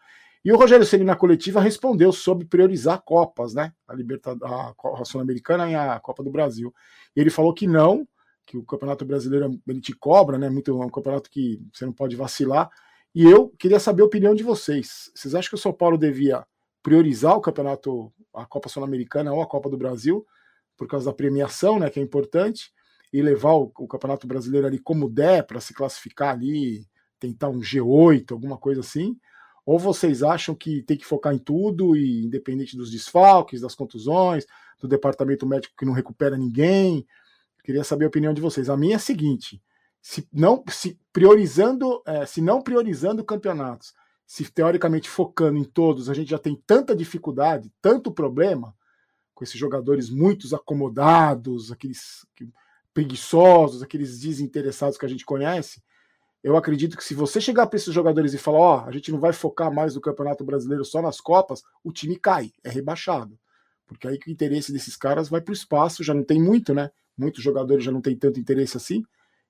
Speaker 4: E o Rogério Ceni na coletiva respondeu sobre priorizar Copas, né? A, Liberta- a Co- a Sul-Americana e a Copa do Brasil. E ele falou que não, que o Campeonato Brasileiro ele te cobra, né? Muito, é um campeonato que você não pode vacilar. E eu queria saber a opinião de vocês. Vocês acham que o São Paulo devia priorizar o campeonato, a Copa Sul-Americana ou a Copa do Brasil, por causa da premiação, né? Que é importante e levar o, o Campeonato Brasileiro ali como der para se classificar ali, tentar um G8, alguma coisa assim? Ou vocês acham que tem que focar em tudo, e independente dos desfalques, das contusões, do departamento médico que não recupera ninguém? Queria saber a opinião de vocês. A minha é a seguinte: se não se priorizando, é, se não priorizando campeonatos, se teoricamente focando em todos, a gente já tem tanta dificuldade, tanto problema com esses jogadores muitos acomodados, aqueles preguiçosos, aqueles desinteressados que a gente conhece. Eu acredito que se você chegar para esses jogadores e falar, ó, oh, a gente não vai focar mais no Campeonato Brasileiro só nas Copas, o time cai, é rebaixado. Porque aí que o interesse desses caras vai para o espaço, já não tem muito, né? Muitos jogadores já não têm tanto interesse assim.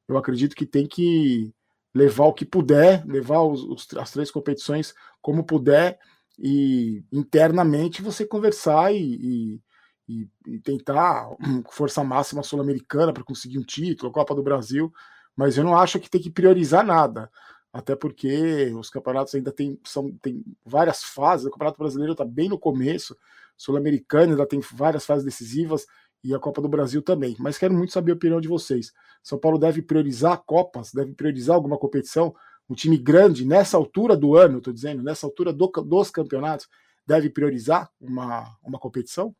Speaker 4: Eu acredito que tem que levar o que puder, levar os, os, as três competições como puder e internamente você conversar e, e, e tentar força máxima sul-americana para conseguir um título, a Copa do Brasil mas eu não acho que tem que priorizar nada. Até porque os campeonatos ainda tem, são, tem várias fases. O Campeonato Brasileiro está bem no começo, Sul-Americano ainda tem várias fases decisivas e a Copa do Brasil também. Mas quero muito saber a opinião de vocês. São Paulo deve priorizar Copas, deve priorizar alguma competição. Um time grande, nessa altura do ano, estou dizendo, nessa altura do, dos campeonatos, deve priorizar uma, uma competição?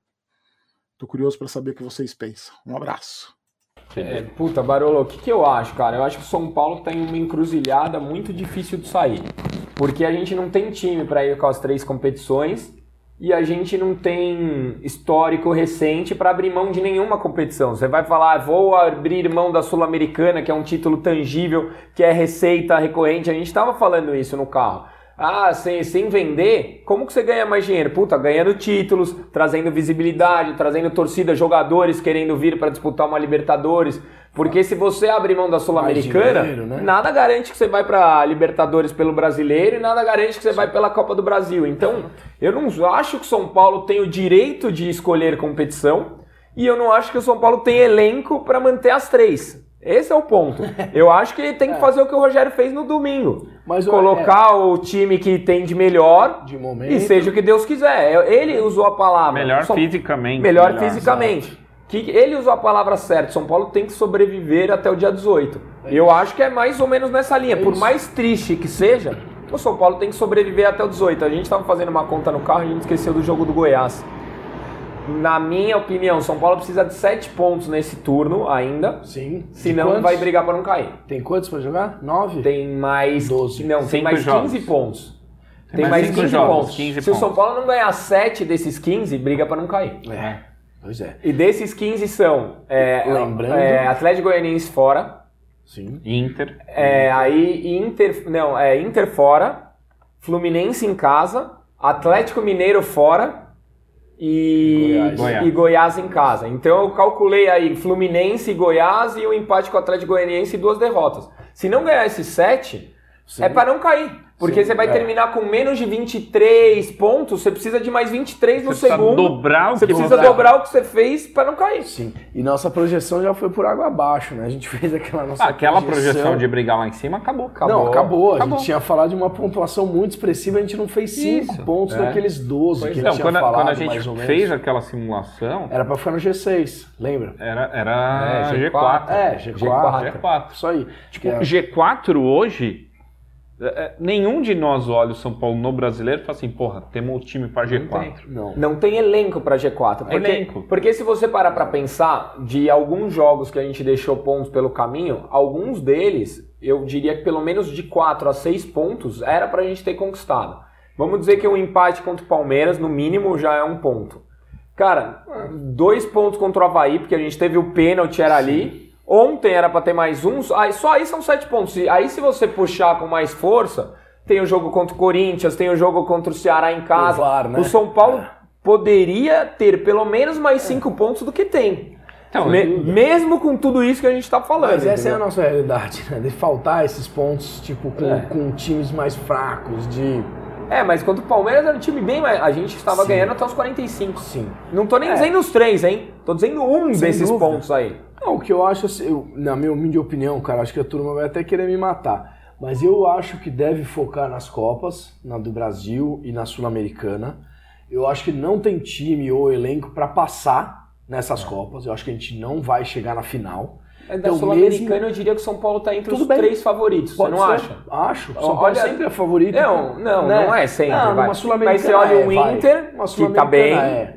Speaker 4: Estou curioso para saber o que vocês pensam. Um abraço.
Speaker 1: É, puta, Barolo, o que, que eu acho, cara? Eu acho que o São Paulo tem uma encruzilhada muito difícil de sair. Porque a gente não tem time para ir com as três competições e a gente não tem histórico recente para abrir mão de nenhuma competição. Você vai falar, ah, vou abrir mão da Sul-Americana, que é um título tangível, que é receita recorrente. A gente estava falando isso no carro. Ah, sem, sem vender, como que você ganha mais dinheiro? Puta, ganhando títulos, trazendo visibilidade, trazendo torcida, jogadores querendo vir para disputar uma Libertadores. Porque se você abre mão da Sul-Americana, né? nada garante que você vai para Libertadores pelo Brasileiro e nada garante que você Sim. vai pela Copa do Brasil. Então, eu não acho que o São Paulo tem o direito de escolher competição e eu não acho que o São Paulo tem elenco para manter as três. Esse é o ponto. Eu acho que ele tem que é. fazer o que o Rogério fez no domingo. Mas, Colocar é. o time que tem de melhor
Speaker 2: é, de momento.
Speaker 1: e seja o que Deus quiser. Ele usou a palavra.
Speaker 3: Melhor São... fisicamente.
Speaker 1: Melhor, melhor fisicamente. Certo. Que ele usou a palavra certa. São Paulo tem que sobreviver até o dia 18. É Eu acho que é mais ou menos nessa linha. Por mais triste que seja, o São Paulo tem que sobreviver até o 18. A gente estava fazendo uma conta no carro e a gente esqueceu do jogo do Goiás. Na minha opinião, São Paulo precisa de 7 pontos nesse turno ainda.
Speaker 2: Sim.
Speaker 1: Senão vai brigar para não cair.
Speaker 2: Tem quantos para jogar? 9?
Speaker 1: Tem mais
Speaker 2: 12.
Speaker 1: Não, tem mais jogos. 15 pontos. Tem, tem mais, mais 15 jogos, pontos. 15 Se pontos. o São Paulo não ganhar 7 desses 15, briga para não cair.
Speaker 2: É. Pois é.
Speaker 1: E desses 15 são é,
Speaker 2: Lembrando...
Speaker 1: É, Atlético Goianiense fora.
Speaker 2: Sim.
Speaker 3: Inter.
Speaker 1: É, aí Inter, não, é Inter fora, Fluminense em casa, Atlético Mineiro fora. E Goiás. Goiás. e Goiás. em casa. Então eu calculei aí Fluminense e Goiás e o um empate com o Atlético Goianiense e duas derrotas. Se não ganhar esses sete, Sim. é para não cair. Porque Sim, você vai é. terminar com menos de 23 pontos, você precisa de mais 23 no
Speaker 3: você
Speaker 1: segundo.
Speaker 3: Dobrar o
Speaker 1: você precisa dobrar. dobrar o que você fez para não cair.
Speaker 2: Sim. E nossa projeção já foi por água abaixo, né? A gente fez aquela nossa.
Speaker 3: Ah, aquela projeção... projeção de brigar lá em cima acabou, acabou.
Speaker 2: Não, acabou. A acabou. gente tinha falado de uma pontuação muito expressiva, a gente não fez 5 pontos é. daqueles 12 pois que então, tinha
Speaker 3: quando,
Speaker 2: falado,
Speaker 3: quando a gente fez aquela simulação.
Speaker 2: Era para ficar no G6, lembra?
Speaker 3: Era, era é, G4.
Speaker 2: É, G4. G4.
Speaker 3: G4.
Speaker 2: Isso aí.
Speaker 3: Tipo, é. G4 hoje é, nenhum de nós olha o São Paulo no brasileiro e fala assim, porra, temos um time para
Speaker 1: G4. Não tem, não. não tem elenco para G4. Porque, elenco. Porque se você parar para pensar, de alguns jogos que a gente deixou pontos pelo caminho, alguns deles, eu diria que pelo menos de 4 a 6 pontos, era para a gente ter conquistado. Vamos dizer que um empate contra o Palmeiras, no mínimo, já é um ponto. Cara, dois pontos contra o Havaí, porque a gente teve o pênalti, era Sim. ali. Ontem era para ter mais um, aí, só aí são sete pontos. Aí se você puxar com mais força, tem o jogo contra o Corinthians, tem o jogo contra o Ceará em
Speaker 3: Ah,
Speaker 1: casa. O, VAR, né? o São Paulo poderia ter pelo menos
Speaker 2: É.
Speaker 1: mais cinco pontos do que tem. Então, Me, mesmo com tudo isso que a gente está falando. Mas
Speaker 2: essa entendeu? é a nossa realidade, né? De faltar esses pontos, tipo, com, é. com times mais fracos, de
Speaker 1: é, mas quanto o Palmeiras era um time bem mais. A gente estava Sim. ganhando até os 45.
Speaker 2: Sim.
Speaker 1: Não tô nem é. dizendo os três, hein? Tô dizendo um Sem desses dúvida. pontos aí.
Speaker 2: Não, o que eu acho, assim, eu, na minha humilde opinião, cara, acho que a turma vai até querer me matar. Mas eu acho que deve focar nas Copas, na do Brasil e na Sul-Americana. Eu acho que não tem
Speaker 1: É.
Speaker 2: time ou elenco para passar nessas Copas. Eu acho que a gente não vai chegar na final.
Speaker 1: Da
Speaker 2: Então,
Speaker 1: Sul-Americana, eu diria que o São Paulo tá entre
Speaker 2: Tudo
Speaker 1: os
Speaker 2: bem.
Speaker 1: três favoritos, você não
Speaker 2: ser?
Speaker 1: acha?
Speaker 2: Acho. São Paulo
Speaker 1: Olha-
Speaker 2: sempre é favorito.
Speaker 1: Não, não, não é sempre,
Speaker 2: Não,
Speaker 1: vai.
Speaker 2: uma Sul-Americana
Speaker 1: Mas você olha
Speaker 2: é,
Speaker 1: o
Speaker 2: vai.
Speaker 1: Inter,
Speaker 2: Uma
Speaker 1: que
Speaker 2: Sul-Americana
Speaker 1: tá bem.
Speaker 2: é.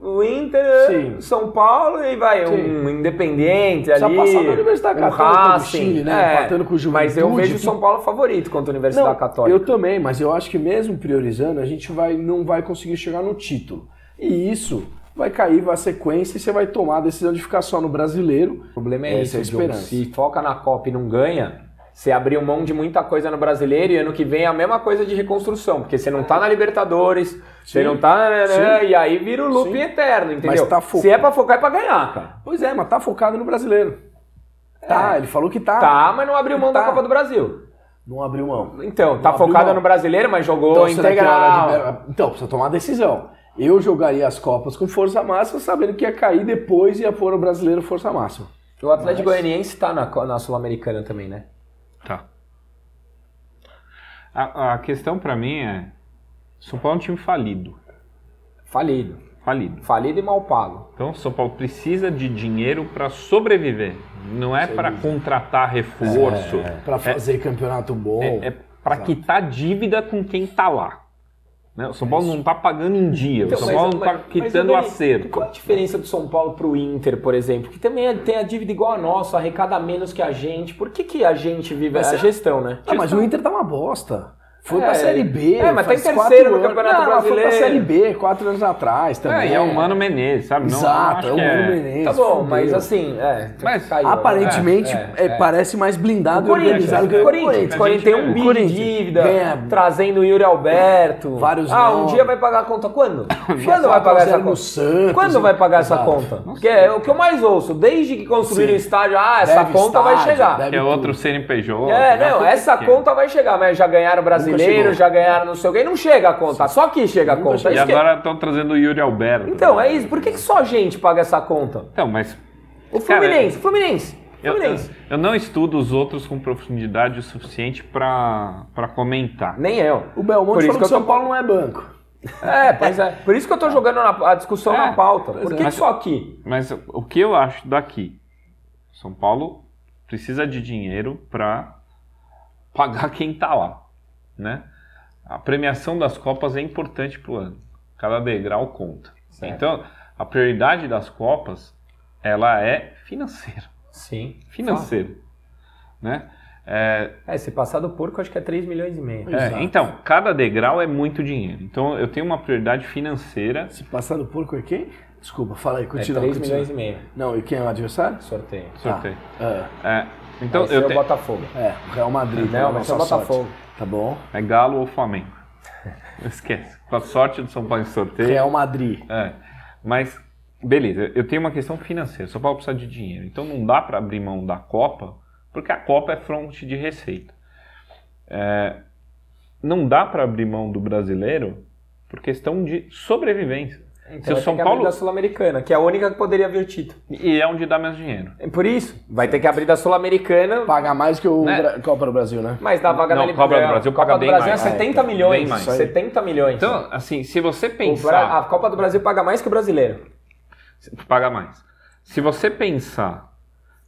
Speaker 1: O Inter,
Speaker 2: Sim.
Speaker 1: São Paulo e vai um independente ali.
Speaker 2: Precisa passar na tá Universidade
Speaker 1: um
Speaker 2: Católica do
Speaker 1: Racing,
Speaker 2: Chile, né?
Speaker 1: é.
Speaker 2: Empatando com o Juventude.
Speaker 1: Mas eu vejo o São Paulo favorito contra a Universidade
Speaker 2: Não,
Speaker 1: Católica.
Speaker 2: Eu também, mas eu acho que mesmo priorizando, a gente vai, não vai conseguir chegar no título. E isso vai cair vai a sequência e você vai tomar a decisão de ficar só no brasileiro.
Speaker 1: O problema é
Speaker 2: Essa é
Speaker 1: isso,
Speaker 2: a
Speaker 1: John.
Speaker 2: esperança.
Speaker 1: Se foca na Copa e não ganha, você abriu mão de muita coisa no brasileiro e ano que vem é a mesma coisa de reconstrução, porque você não tá na Libertadores, você não tá. né, né, E aí vira o loop
Speaker 2: Sim.
Speaker 1: eterno, entendeu?
Speaker 2: Mas tá fo-
Speaker 1: Se é pra focar, é pra ganhar, cara.
Speaker 2: Pois é, mas tá focado no brasileiro. Tá, ele falou que tá.
Speaker 1: Tá, mas não abriu mão da
Speaker 2: Tá.
Speaker 1: Copa do Brasil.
Speaker 2: Não abriu mão.
Speaker 1: Então, tá
Speaker 2: abriu
Speaker 1: focada
Speaker 2: mão.
Speaker 1: no brasileiro, mas jogou
Speaker 2: será que é
Speaker 1: integral.
Speaker 2: hora de- Então, precisa tomar uma decisão. Eu jogaria as Copas com força máxima, sabendo que ia cair depois e ia pôr o brasileiro força máxima.
Speaker 1: O Atlético Goianiense tá na, co- na Sul-Americana também, né?
Speaker 3: Tá. A, a questão pra mim é: São Paulo é um time falido.
Speaker 1: Falido.
Speaker 3: Falido.
Speaker 1: Falido e mal pago.
Speaker 3: Então, São Paulo precisa de dinheiro pra sobreviver. Não é pra contratar reforço.
Speaker 2: Pra fazer campeonato É, bom.
Speaker 3: É, é pra
Speaker 2: Exato.
Speaker 3: quitar dívida com quem tá lá. Né? O São Paulo não tá pagando em dia. o São Paulo não tá quitando
Speaker 1: Então, mas,
Speaker 3: acerto.
Speaker 1: Qual a diferença do São Paulo pro Inter, por exemplo? Que também é- tem a dívida igual a nossa, arrecada menos que a gente. Por que, que a gente vive
Speaker 2: Mas
Speaker 1: a
Speaker 2: é-
Speaker 1: gestão, né?
Speaker 2: Ah, mas o Inter tá uma bosta. Foi
Speaker 1: É.
Speaker 2: pra Série B.
Speaker 1: É, mas tá
Speaker 2: faz
Speaker 1: em terceiro
Speaker 2: quatro
Speaker 1: no
Speaker 2: anos.
Speaker 1: Campeonato
Speaker 2: Não, mas Foi
Speaker 1: Brasileiro.
Speaker 2: pra Série B, quatro anos atrás
Speaker 3: É,
Speaker 2: também.
Speaker 3: e
Speaker 1: um-
Speaker 3: é o Mano Menezes, sabe? Não,
Speaker 2: Exato,
Speaker 3: não acho
Speaker 2: é o
Speaker 3: que
Speaker 2: Mano
Speaker 3: é.
Speaker 2: Menezes.
Speaker 1: Tá bom,
Speaker 2: fudeu.
Speaker 1: mas assim, é.
Speaker 3: Mas
Speaker 1: caiu, né?
Speaker 2: Aparentemente,
Speaker 1: É,
Speaker 2: é, parece mais blindado e
Speaker 1: Corinthians,
Speaker 2: organizado que o
Speaker 1: Corinthians,
Speaker 3: A
Speaker 1: Corinthians
Speaker 3: gente
Speaker 1: tem um bi de
Speaker 2: Corinthians.
Speaker 1: dívida,
Speaker 2: Ganha.
Speaker 1: trazendo o Yuri Alberto.
Speaker 2: Vários
Speaker 1: Ah, um
Speaker 2: nomes.
Speaker 1: dia vai pagar a conta. Quando? Quando vai
Speaker 2: Exato,
Speaker 1: pagar essa
Speaker 2: zero no
Speaker 1: conta?
Speaker 2: Santos,
Speaker 1: Quando vai pagar essa
Speaker 2: exato.
Speaker 1: conta? Porque é o que eu mais ouço, desde que construíram o estádio, ah, essa
Speaker 2: Deve
Speaker 1: conta vai
Speaker 2: estádio,
Speaker 1: chegar.
Speaker 2: deve
Speaker 3: Que é
Speaker 2: tudo.
Speaker 3: outro CNPJ.
Speaker 1: É,
Speaker 3: né?
Speaker 1: não, essa conta vai chegar, mas já ganharam brasileiro,
Speaker 2: chegou.
Speaker 1: já ganharam não sei o quê, e não chega a conta, só aqui chega a conta.
Speaker 2: chegou.
Speaker 1: É
Speaker 3: E
Speaker 1: isso que-
Speaker 3: agora estão trazendo o Yuri Alberto. né?
Speaker 1: Então, é isso, por que, que só a gente paga essa conta?
Speaker 3: Então, mas
Speaker 1: O
Speaker 3: Cara,
Speaker 1: Fluminense, o Fluminense, o
Speaker 3: eu, eu,
Speaker 1: Fluminense.
Speaker 3: eu não estudo os outros com profundidade o suficiente pra pra comentar.
Speaker 1: Nem eu.
Speaker 2: O Belmonte
Speaker 1: Por isso
Speaker 2: falou que o
Speaker 1: que eu
Speaker 2: São
Speaker 1: tô-
Speaker 2: Paulo não é banco.
Speaker 1: É, pois é. Por isso que eu tô jogando na- a discussão
Speaker 3: É,
Speaker 1: na pauta. Por
Speaker 3: pois é.
Speaker 1: que, que
Speaker 3: Mas-
Speaker 1: só aqui?
Speaker 3: Mas o que eu acho daqui? São Paulo precisa de dinheiro pra pagar quem tá lá, né? A premiação das Copas é importante pro ano. Cada degrau conta.
Speaker 1: Certo.
Speaker 3: Então, a prioridade das Copas, ela é financeira.
Speaker 1: Sim.
Speaker 3: Financeira, né? É,
Speaker 1: É, se passar do porco, acho que é 3 milhões e meio.
Speaker 3: É,
Speaker 2: Exato.
Speaker 3: então, cada degrau é muito dinheiro. Então, eu tenho uma prioridade financeira.
Speaker 2: Se passar do porco é quem? Desculpa, fala aí,
Speaker 1: É
Speaker 2: continua.
Speaker 1: 3
Speaker 2: continua.
Speaker 1: milhões e meio.
Speaker 2: Não, e quem é o adversário?
Speaker 1: Sorteio.
Speaker 3: Sorteio.
Speaker 2: Ah,
Speaker 3: É, então,
Speaker 1: Esse é
Speaker 3: eu
Speaker 1: o
Speaker 3: te-
Speaker 1: Botafogo.
Speaker 2: é, o Real Madrid.
Speaker 1: Não, vai
Speaker 2: mas
Speaker 1: ser o Botafogo.
Speaker 2: Tá bom?
Speaker 3: é Galo ou Flamengo. Esquece. Com a sorte do São Paulo em sorteio.
Speaker 2: Real Madrid.
Speaker 3: É. Mas, beleza, eu tenho uma questão financeira. São Paulo precisa de dinheiro. Então não dá para abrir mão da Copa, porque a Copa é fonte de receita. É, não dá para abrir mão do brasileiro por questão de sobrevivência.
Speaker 1: Então
Speaker 3: Se o
Speaker 1: vai ter
Speaker 3: São
Speaker 1: que abrir
Speaker 3: Paulo-
Speaker 1: da Sul-Americana, que é a única que poderia vir o título.
Speaker 3: E é onde dá menos dinheiro.
Speaker 1: É Por isso, vai ter que abrir da Sul-Americana,
Speaker 2: Paga mais que o
Speaker 3: Né?
Speaker 2: Bra- Copa do Brasil, né?
Speaker 1: mas na vaga
Speaker 3: Não,
Speaker 1: da
Speaker 3: Copa do
Speaker 1: Libertadores.
Speaker 3: Brasil
Speaker 1: Copa
Speaker 3: paga
Speaker 1: do
Speaker 3: bem
Speaker 1: Brasil
Speaker 3: mais.
Speaker 1: é 70
Speaker 2: É,
Speaker 1: milhões.
Speaker 3: então, bem mais.
Speaker 1: 70 milhões.
Speaker 3: Então, assim, se você
Speaker 1: O
Speaker 3: pensar.
Speaker 1: Bra- a Copa do Brasil paga mais que o brasileiro.
Speaker 3: paga mais. Se você pensar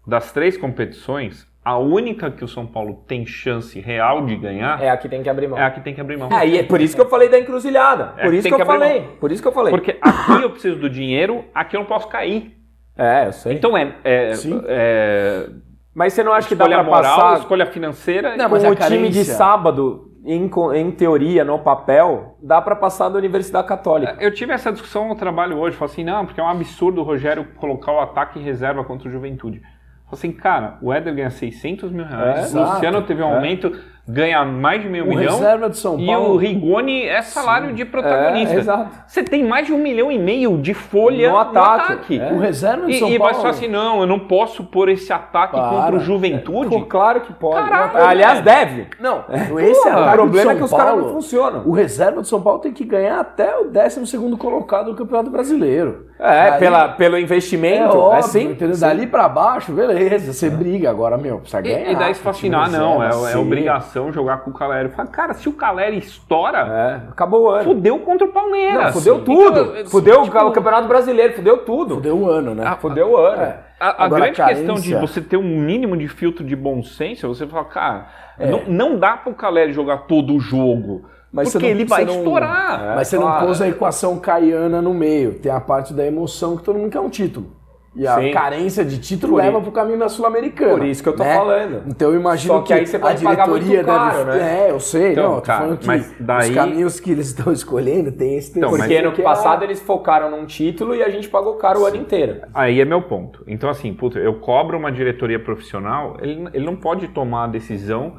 Speaker 3: das três competições, a única que o São Paulo tem chance real de ganhar é,
Speaker 1: É a que tem que abrir mão.
Speaker 3: a que tem que abrir mão.
Speaker 1: É, e é por isso que eu falei da encruzilhada.
Speaker 3: É,
Speaker 1: por isso
Speaker 3: tem
Speaker 1: que,
Speaker 3: que
Speaker 1: eu
Speaker 3: abrir
Speaker 1: falei. Por isso que eu falei.
Speaker 3: Porque aqui eu preciso do dinheiro, aqui eu não posso cair.
Speaker 1: É, eu sei.
Speaker 3: Então é. é,
Speaker 2: Sim.
Speaker 3: é
Speaker 1: mas você não acha que dá
Speaker 3: escolha
Speaker 1: pra
Speaker 3: moral,
Speaker 1: passar
Speaker 3: escolha financeira.
Speaker 2: Não,
Speaker 3: Não, é
Speaker 1: com
Speaker 2: mas
Speaker 1: o
Speaker 2: a
Speaker 1: time de
Speaker 2: carência-
Speaker 1: sábado, em, co- em teoria, no papel, dá pra passar da Universidade Católica.
Speaker 3: Eu tive essa discussão no trabalho hoje. Falei assim, não, porque é um absurdo o Rogério colocar o ataque em reserva contra o Juventude. Falei assim, cara, o Éder ganha 600 mil reais,
Speaker 2: É,
Speaker 3: o Luciano teve um
Speaker 1: É.
Speaker 3: aumento, ganha mais de meio
Speaker 2: O
Speaker 3: Um milhão.
Speaker 2: reserva de São
Speaker 3: E
Speaker 2: Paulo.
Speaker 3: o Rigoni é salário de protagonista.
Speaker 1: É, exato.
Speaker 3: Você tem mais de um milhão e meio de folha
Speaker 1: No
Speaker 3: no
Speaker 1: ataque,
Speaker 3: ataque.
Speaker 1: é.
Speaker 2: O reserva de
Speaker 3: E,
Speaker 2: São
Speaker 3: e vai
Speaker 2: Paulo.
Speaker 3: só assim, não, eu não posso pôr esse ataque
Speaker 2: Para. É,
Speaker 3: contra o Juventude.
Speaker 1: Pô, claro que pode.
Speaker 3: É, Caralho, né?
Speaker 1: Aliás, deve.
Speaker 2: Não, esse
Speaker 1: Porra,
Speaker 2: ataque
Speaker 1: o problema
Speaker 2: de São
Speaker 1: é que os
Speaker 2: Paulo,
Speaker 1: caras não funcionam.
Speaker 2: O reserva de São Paulo tem que ganhar até o 12 colocado do Campeonato Brasileiro.
Speaker 1: É,
Speaker 2: Daí-
Speaker 1: pela, pelo investimento. É,
Speaker 2: É óbvio,
Speaker 1: sim.
Speaker 2: entendeu? Dali pra baixo, beleza, você briga agora, meu, precisa
Speaker 3: E,
Speaker 2: ganhar.
Speaker 3: e daí você fala assim, não, não,
Speaker 2: reserva,
Speaker 3: é, é
Speaker 2: sim.
Speaker 3: obrigação jogar com o Caleri. Fala, cara, se o Caleri estoura,
Speaker 1: É, acabou o ano.
Speaker 3: fudeu contra o Palmeiras.
Speaker 1: Fudeu
Speaker 3: Então,
Speaker 1: tudo.
Speaker 3: eu- eu-
Speaker 1: fudeu o
Speaker 3: tipo,
Speaker 1: ca- o Campeonato Brasileiro, fudeu tudo.
Speaker 2: Deu um ano, né?
Speaker 1: Fudeu o ano.
Speaker 2: É.
Speaker 3: A, a
Speaker 2: Agora,
Speaker 3: grande
Speaker 2: a
Speaker 3: questão de
Speaker 2: carência-
Speaker 3: você ter um mínimo de filtro de bom senso, é você falar, cara,
Speaker 2: É.
Speaker 3: não, não dá pro Caleri jogar todo o jogo.
Speaker 2: Mas você
Speaker 3: porque
Speaker 2: não-
Speaker 3: ele vai
Speaker 2: você não- É,
Speaker 3: estourar.
Speaker 2: Mas você
Speaker 1: claro.
Speaker 2: não pôs a equação caiana no meio. Tem a parte da emoção que todo mundo quer um título. E a
Speaker 1: Sim.
Speaker 2: carência de título
Speaker 1: Por
Speaker 2: leva
Speaker 1: i-
Speaker 2: pro caminho da Sul-Americana.
Speaker 1: Por isso que eu tô
Speaker 2: né?
Speaker 1: falando.
Speaker 2: Então eu imagino
Speaker 1: Só que aí você
Speaker 2: a
Speaker 1: pode pagar muito
Speaker 2: diretoria
Speaker 1: caro,
Speaker 2: deve...
Speaker 1: né?
Speaker 2: É, eu sei,
Speaker 3: Então,
Speaker 2: não, eu tô
Speaker 3: cara,
Speaker 2: falando que
Speaker 3: mas daí-
Speaker 2: os caminhos que eles estão escolhendo tem esse tem
Speaker 3: Então,
Speaker 2: esse,
Speaker 3: mas-
Speaker 1: Porque ano
Speaker 2: que é-
Speaker 1: passado eles focaram num título e a gente pagou caro o ano inteiro.
Speaker 3: Aí é meu ponto. Então, assim, puta, eu cobro uma diretoria profissional, ele, ele não pode tomar a decisão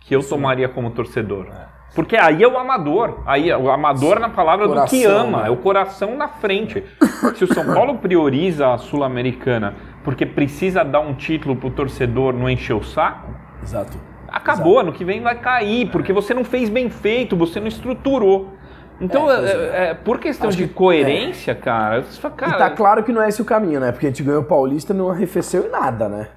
Speaker 3: que eu tomaria como torcedor. Porque aí é o amador. Aí é o amador na palavra do que
Speaker 2: Coração,
Speaker 3: ama,
Speaker 2: né?
Speaker 3: é o coração na frente. Se o São Paulo prioriza a Sul-Americana porque precisa dar um título pro torcedor não encher o saco,
Speaker 2: Exato. É.
Speaker 3: acabou, ano que vem vai cair, porque você não fez bem feito, você não estruturou. Então,
Speaker 2: É, pois
Speaker 3: é- é- por questão
Speaker 2: Acho
Speaker 3: de
Speaker 2: que- é.
Speaker 3: coerência, cara, você fala, cara,
Speaker 2: E tá claro que não é esse o caminho, né? Porque a gente ganhou o Paulista e não arrefeceu em nada, né?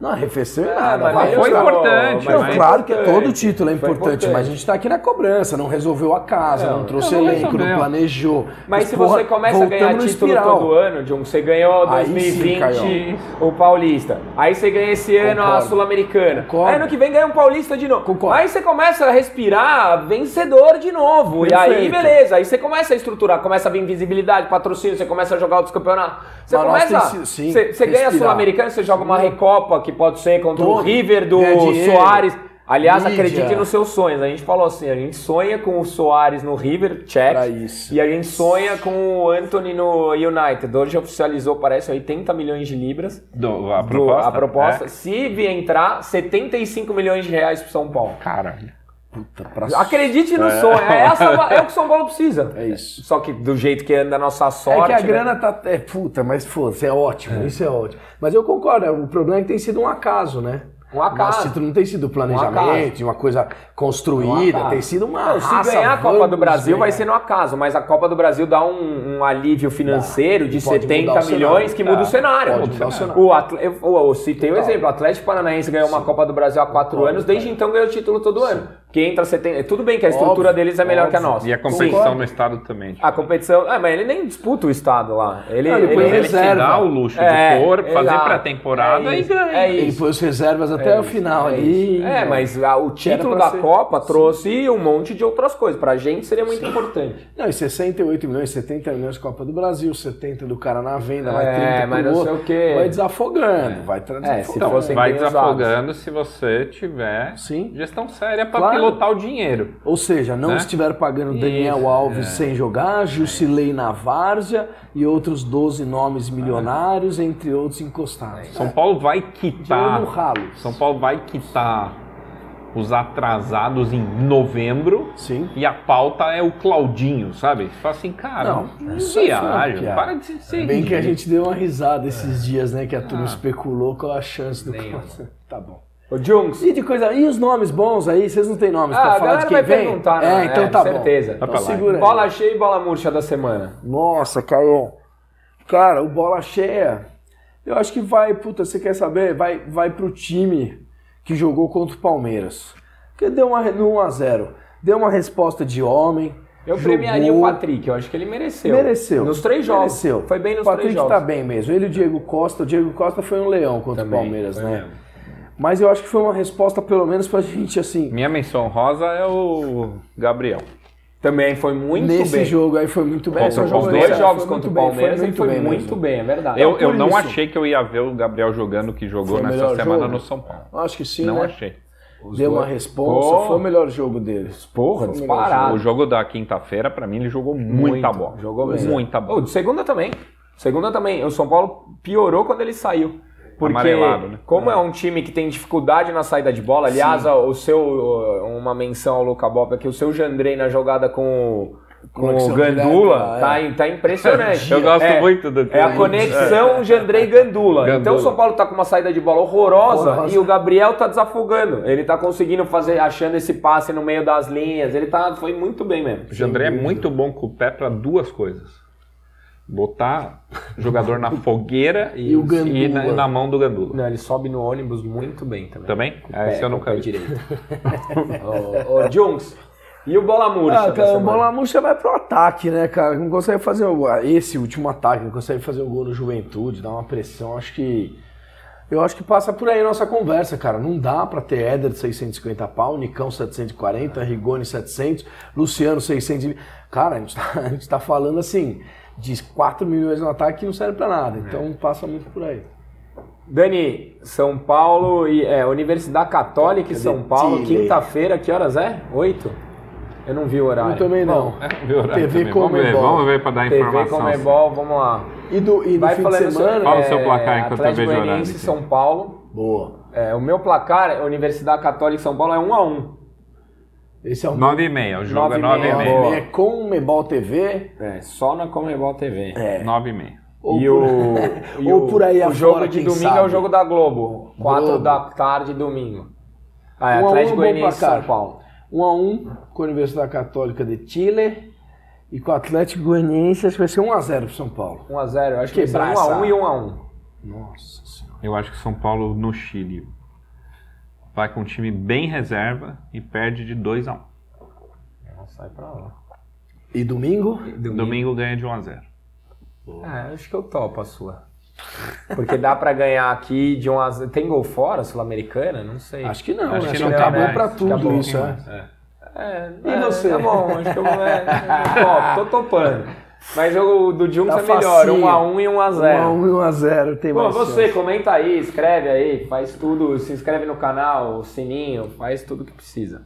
Speaker 2: Não arrefeceu em nada.
Speaker 1: mas
Speaker 2: vai,
Speaker 1: mesmo-
Speaker 3: Ah, foi
Speaker 2: vai.
Speaker 3: importante,
Speaker 1: mas
Speaker 2: Não,
Speaker 3: mas-
Speaker 2: claro que
Speaker 1: importante,
Speaker 2: todo título é
Speaker 1: foi
Speaker 2: importante, mas a gente tá aqui na cobrança, não resolveu a casa,
Speaker 1: Não,
Speaker 2: não, trouxe
Speaker 3: não
Speaker 2: elenco,
Speaker 3: resolveu.
Speaker 2: não planejou.
Speaker 1: Mas se
Speaker 2: porra,
Speaker 1: você começa a ganhar
Speaker 2: voltamos no
Speaker 1: título
Speaker 2: espiral.
Speaker 1: todo ano, John, você ganhou
Speaker 2: Aí sim,
Speaker 1: 2020 o Paulista. Aí você ganha esse ano a
Speaker 2: Concordo.
Speaker 1: Sul-Americana.
Speaker 2: Concordo.
Speaker 1: Aí ano que vem ganha um Paulista de novo.
Speaker 2: Concordo.
Speaker 1: Aí você começa a respirar vencedor de novo. E aí,
Speaker 2: Perfeito.
Speaker 1: beleza. Aí você começa a estruturar, começa a vir visibilidade, patrocínio, você começa a jogar outros campeonatos. Você
Speaker 2: Mas nós
Speaker 1: começa.
Speaker 2: tem- sim,
Speaker 1: você você ganha a
Speaker 2: respirar.
Speaker 1: Sul-Americana, você joga uma Recopa, que pode ser contra o
Speaker 2: Todo.
Speaker 1: River do
Speaker 2: Ganha dinheiro.
Speaker 1: Soares. Aliás,
Speaker 2: Mídia.
Speaker 1: acredite nos seus sonhos. A gente falou assim: a gente sonha com o Soares no River, check.
Speaker 2: Pra isso.
Speaker 1: E a gente sonha com o Anthony no United. Hoje oficializou, parece, 80 milhões de libras.
Speaker 3: do- a
Speaker 1: do-
Speaker 3: proposta, é.
Speaker 1: a proposta. Se vier entrar, 75 milhões de reais pro São Paulo.
Speaker 3: é, cara,
Speaker 2: Puta, pra...
Speaker 1: Acredite no sonho. É, essa, é o que o São Paulo precisa.
Speaker 2: É isso.
Speaker 1: Só que do jeito que anda a nossa sorte.
Speaker 2: é que a
Speaker 1: né?
Speaker 2: grana tá. É puta, mas foda-se, é ótimo, isso é ótimo. Mas eu concordo, é, o problema é que tem sido um acaso, né?
Speaker 1: Um acaso.
Speaker 2: Nosso título não tem sido
Speaker 1: Um
Speaker 2: planejamento,
Speaker 1: acaso.
Speaker 2: uma coisa
Speaker 1: Um
Speaker 2: construída,
Speaker 1: acaso.
Speaker 2: tem sido uma.
Speaker 1: Não, se
Speaker 2: raça, né?
Speaker 1: ganhar a Copa
Speaker 2: vamos
Speaker 1: do Brasil vai
Speaker 2: ganhar.
Speaker 1: ser no acaso, mas a Copa do Brasil dá um, um alívio financeiro de
Speaker 2: Pode
Speaker 1: 70
Speaker 2: mudar o
Speaker 1: milhões
Speaker 2: cenário.
Speaker 1: que muda o
Speaker 3: Tá.
Speaker 1: cenário.
Speaker 2: Pode mudar o cenário.
Speaker 1: O Atl- eu, eu- eu citei o exemplo, o Atlético Paranaense ganhou uma Copa do Brasil há quatro anos, desde então ganhou o título todo ano. Que entra 70. Tudo bem que a estrutura
Speaker 2: Óbvio,
Speaker 1: deles é melhor que a
Speaker 2: óbvio.
Speaker 1: nossa.
Speaker 3: e a competição
Speaker 1: Sim.
Speaker 3: no estado também. tipo,
Speaker 1: A competição. Ah, mas ele nem disputa o estado lá. Ele,
Speaker 2: Não, ele põe
Speaker 3: Ele, ele se
Speaker 2: reserva.
Speaker 3: dá o luxo
Speaker 1: É,
Speaker 3: de pôr, fazer
Speaker 1: exato.
Speaker 3: pré-temporada
Speaker 1: É
Speaker 3: e
Speaker 1: isso,
Speaker 3: ganha.
Speaker 1: é
Speaker 2: Ele
Speaker 1: isso.
Speaker 2: foi os reservas até o final
Speaker 1: É
Speaker 2: ali. né?
Speaker 1: isso. É, mas ah, o título
Speaker 2: pra
Speaker 1: da
Speaker 2: ser-
Speaker 1: Copa trouxe um monte de outras coisas. Pra gente seria muito importante.
Speaker 2: Não, e 68 milhões, 70 milhões Copa do Brasil, 70 do cara na venda, vai
Speaker 1: É,
Speaker 2: 30
Speaker 1: mas
Speaker 2: pro
Speaker 1: não
Speaker 2: outro,
Speaker 1: sei o quê.
Speaker 2: vai desafogando, vai tra-
Speaker 1: É, se
Speaker 2: desafogando.
Speaker 3: Então,
Speaker 1: fossem
Speaker 3: vai
Speaker 1: bem usados.
Speaker 3: desafogando se você tiver
Speaker 2: Sim.
Speaker 3: gestão séria para
Speaker 2: Claro.
Speaker 3: pilotar o dinheiro.
Speaker 2: Ou seja, não
Speaker 3: Né?
Speaker 2: estiveram pagando Daniel
Speaker 3: Isso, é.
Speaker 2: Alves sem jogar, Jusilei na várzea e outros 12 nomes
Speaker 3: É.
Speaker 2: milionários, entre outros encostados.
Speaker 3: São Paulo vai
Speaker 2: Dinheiro no
Speaker 3: quitar.
Speaker 2: ralo.
Speaker 3: São Paulo vai quitar os atrasados em novembro
Speaker 2: Sim.
Speaker 3: e a pauta é o Claudinho, sabe? Você Fala assim, cara,
Speaker 2: Não,
Speaker 3: não,
Speaker 2: isso é só uma
Speaker 3: viaja,
Speaker 2: piada.
Speaker 3: para de ser.
Speaker 2: Bem que a
Speaker 3: ridículo.
Speaker 2: gente deu uma risada esses dias, né? Que a turma
Speaker 3: Ah.
Speaker 2: especulou qual a chance do
Speaker 1: Nenhuma.
Speaker 2: Tá bom.
Speaker 1: Ô, Junks,
Speaker 2: E de coisa. E os nomes bons aí? Vocês não têm nomes
Speaker 1: Ah,
Speaker 2: pra
Speaker 1: a
Speaker 2: falar
Speaker 1: galera
Speaker 2: de quem
Speaker 1: vai
Speaker 2: vem?
Speaker 1: perguntar, né?
Speaker 2: é, então
Speaker 1: É,
Speaker 2: tá bom.
Speaker 1: certeza.
Speaker 2: Então
Speaker 3: Vai pra lá.
Speaker 2: segura aí.
Speaker 1: bola cheia e bola murcha da semana.
Speaker 2: Nossa, Caio. Cara, o bola cheia. Eu acho que vai, puta, você quer saber? Vai, vai pro time que jogou contra o Palmeiras. Porque deu uma re- no 1x0. Deu uma resposta de homem.
Speaker 1: Eu
Speaker 2: jogou,
Speaker 1: premiaria o Patrick, eu acho que ele mereceu.
Speaker 2: Mereceu.
Speaker 1: Nos três jogos.
Speaker 2: Mereceu.
Speaker 1: Foi bem nos
Speaker 2: o Patrick
Speaker 1: três jogos.
Speaker 2: tá bem mesmo. Ele e o Diego Costa. O Diego Costa foi um leão contra
Speaker 1: Também,
Speaker 2: o Palmeiras,
Speaker 1: foi
Speaker 2: né?
Speaker 1: mesmo.
Speaker 2: Mas eu acho que foi uma resposta, pelo menos, pra gente, assim.
Speaker 3: Minha menção rosa é o Gabriel.
Speaker 1: Também foi muito
Speaker 2: nesse
Speaker 1: bem.
Speaker 2: jogo aí foi muito bem.
Speaker 3: Contra
Speaker 2: Essa
Speaker 3: o
Speaker 1: Os
Speaker 3: Palmeiras.
Speaker 2: jogadora
Speaker 1: dois
Speaker 2: foi
Speaker 1: jogos
Speaker 2: muito
Speaker 1: contra o
Speaker 2: bem,
Speaker 1: Palmeiras ele foi muito,
Speaker 2: mesmo. Então,
Speaker 1: bem, é verdade.
Speaker 3: Eu, eu
Speaker 2: por
Speaker 3: não
Speaker 2: isso.
Speaker 3: achei que eu ia ver o Gabriel jogando que jogou
Speaker 2: Foi o
Speaker 3: nessa
Speaker 2: melhor
Speaker 3: semana
Speaker 2: jogo?
Speaker 3: no São Paulo.
Speaker 2: Acho que sim,
Speaker 3: não é
Speaker 2: né?
Speaker 3: achei.
Speaker 2: Deu
Speaker 1: dois-
Speaker 2: uma resposta,
Speaker 1: Pô.
Speaker 2: foi o melhor jogo deles.
Speaker 1: Porra,
Speaker 2: Foi um o melhor
Speaker 1: disparado.
Speaker 3: O jogo da quinta-feira, pra mim, ele jogou muita
Speaker 1: Muito.
Speaker 3: bola.
Speaker 1: Jogou bem.
Speaker 3: Muita
Speaker 1: Ô,
Speaker 3: bola.
Speaker 1: de segunda também. Segunda também. O São Paulo piorou quando ele saiu. Porque,
Speaker 3: Amarelado, né?
Speaker 1: como é. um time que tem dificuldade na saída de bola, aliás, ó, o seu, ó, uma menção ao Luca Bob aqui, o seu Jandrei na jogada com, o- com
Speaker 2: Conexão
Speaker 1: o Gandula,
Speaker 2: direta, é.
Speaker 1: tá, im- tá impressionante.
Speaker 3: Eu gosto
Speaker 1: É,
Speaker 3: muito do
Speaker 1: É a conexão Jandrei Gandula.
Speaker 3: Gandula.
Speaker 1: Então o São Paulo tá com uma saída de bola horrorosa
Speaker 2: Horrorosa.
Speaker 1: e o Gabriel tá desafogando. Ele tá conseguindo fazer, achando esse passe no meio das linhas. Ele tá, foi muito bem mesmo.
Speaker 3: O Jandré é muito bom com o pé pra duas coisas. Botar o jogador na fogueira e,
Speaker 2: E o
Speaker 3: e na,
Speaker 2: Gandula.
Speaker 3: na mão do Gandula. Tá
Speaker 1: Não, né, ele sobe no ônibus muito bem também.
Speaker 3: Também?
Speaker 1: É,
Speaker 3: Esse eu
Speaker 1: com o
Speaker 3: nunca
Speaker 1: pé
Speaker 3: vi.
Speaker 1: direito. ô, ô, Junks, E o Bola Murcha?
Speaker 2: Ah,
Speaker 1: da
Speaker 2: cara, o
Speaker 1: semana?
Speaker 2: Bola Murcha vai pro ataque, né, cara? Não consegue fazer o- ah, esse último ataque, não consegue fazer o gol no Juventude, dá uma pressão. Acho que. Eu acho que passa por aí a nossa conversa, cara. Não dá pra ter Éder de 650 pau, Nicão 740, Rigoni 700, Luciano 600. Cara, a gente tá, a gente tá falando assim de 4 milhões no ataque que não serve pra
Speaker 1: É.
Speaker 2: nada. Então passa muito por aí.
Speaker 1: Dani, São Paulo e é, Universidade Católica e São Paulo,
Speaker 2: Chile?
Speaker 1: quinta-feira, que horas é? Oito? Eu não vi o horário.
Speaker 2: Eu também não.
Speaker 3: É, viu, horário
Speaker 2: TV
Speaker 3: também.
Speaker 1: é
Speaker 3: vamos ver,
Speaker 2: Comebol.
Speaker 3: vamos ver pra dar
Speaker 1: TV
Speaker 3: informação.
Speaker 1: Comebol, vamos lá.
Speaker 2: E do, e do
Speaker 1: Vai
Speaker 2: fim de
Speaker 1: falando
Speaker 2: semana.
Speaker 1: seu-
Speaker 3: Fala o seu placar enquanto eu
Speaker 1: Atlético
Speaker 3: vejo o horário
Speaker 1: Goianiense e
Speaker 3: aqui.
Speaker 1: São Paulo.
Speaker 2: Boa.
Speaker 1: É, o meu placar, Universidade Católica e São Paulo, é um a um.
Speaker 2: Esse é o
Speaker 3: 9 e meia, o jogo é
Speaker 1: 9
Speaker 3: 9
Speaker 1: e
Speaker 3: e
Speaker 1: meia.
Speaker 3: meia.
Speaker 2: é com Mebol TV.
Speaker 1: É, só na Comebol TV.
Speaker 3: 9 e meia.
Speaker 2: Ou
Speaker 1: e
Speaker 2: por-
Speaker 1: o, e
Speaker 2: ou por aí
Speaker 1: O
Speaker 2: afora,
Speaker 1: jogo de
Speaker 2: quem
Speaker 1: domingo é o
Speaker 2: sabe?
Speaker 1: jogo da Globo. Quatro
Speaker 2: Globo.
Speaker 1: da tarde, domingo. Ah, é,
Speaker 2: Um a um é
Speaker 1: Atlético
Speaker 2: um bom
Speaker 1: Goianiense e
Speaker 2: placar.
Speaker 1: São Paulo.
Speaker 2: 1 a 1 com a Universidade Católica de Chile e com o Atlético Goianiense, acho que vai ser 1 a 0 pro São Paulo.
Speaker 1: 1x0, acho que
Speaker 2: Quebrar
Speaker 1: vai ser 1x1
Speaker 2: essa-
Speaker 1: e 1x1.
Speaker 2: Nossa Senhora.
Speaker 3: Eu acho que São Paulo no Chile vai com um time bem reserva e perde de 2 a 1.
Speaker 1: Sai pra lá.
Speaker 2: E domingo?
Speaker 3: Domingo ganha de 1 a 0.
Speaker 1: É, acho que eu topo a sua. Porque dá pra ganhar aqui de 1 a 0. Tem gol fora, Sul-Americana? Não sei.
Speaker 2: Acho que não, né?
Speaker 3: Acho
Speaker 2: acho
Speaker 3: que
Speaker 2: que é
Speaker 3: não
Speaker 2: acabou
Speaker 3: tem
Speaker 2: pra
Speaker 3: mais.
Speaker 2: tudo
Speaker 1: Acabou.
Speaker 2: isso, é.
Speaker 3: né?
Speaker 1: É,
Speaker 2: E
Speaker 1: é,
Speaker 2: você?
Speaker 1: Tá bom, acho que eu vou. É, eu topo, tô topando. Mas jogo do Junks
Speaker 2: Tá
Speaker 1: é melhor,
Speaker 2: facinho.
Speaker 1: 1x1 e 1x0.
Speaker 2: 1 e 1 a 0 tem
Speaker 1: Bom,
Speaker 2: mais.
Speaker 1: você
Speaker 2: chance.
Speaker 1: comenta aí, escreve aí, faz tudo, se inscreve no canal, sininho, faz tudo que precisa.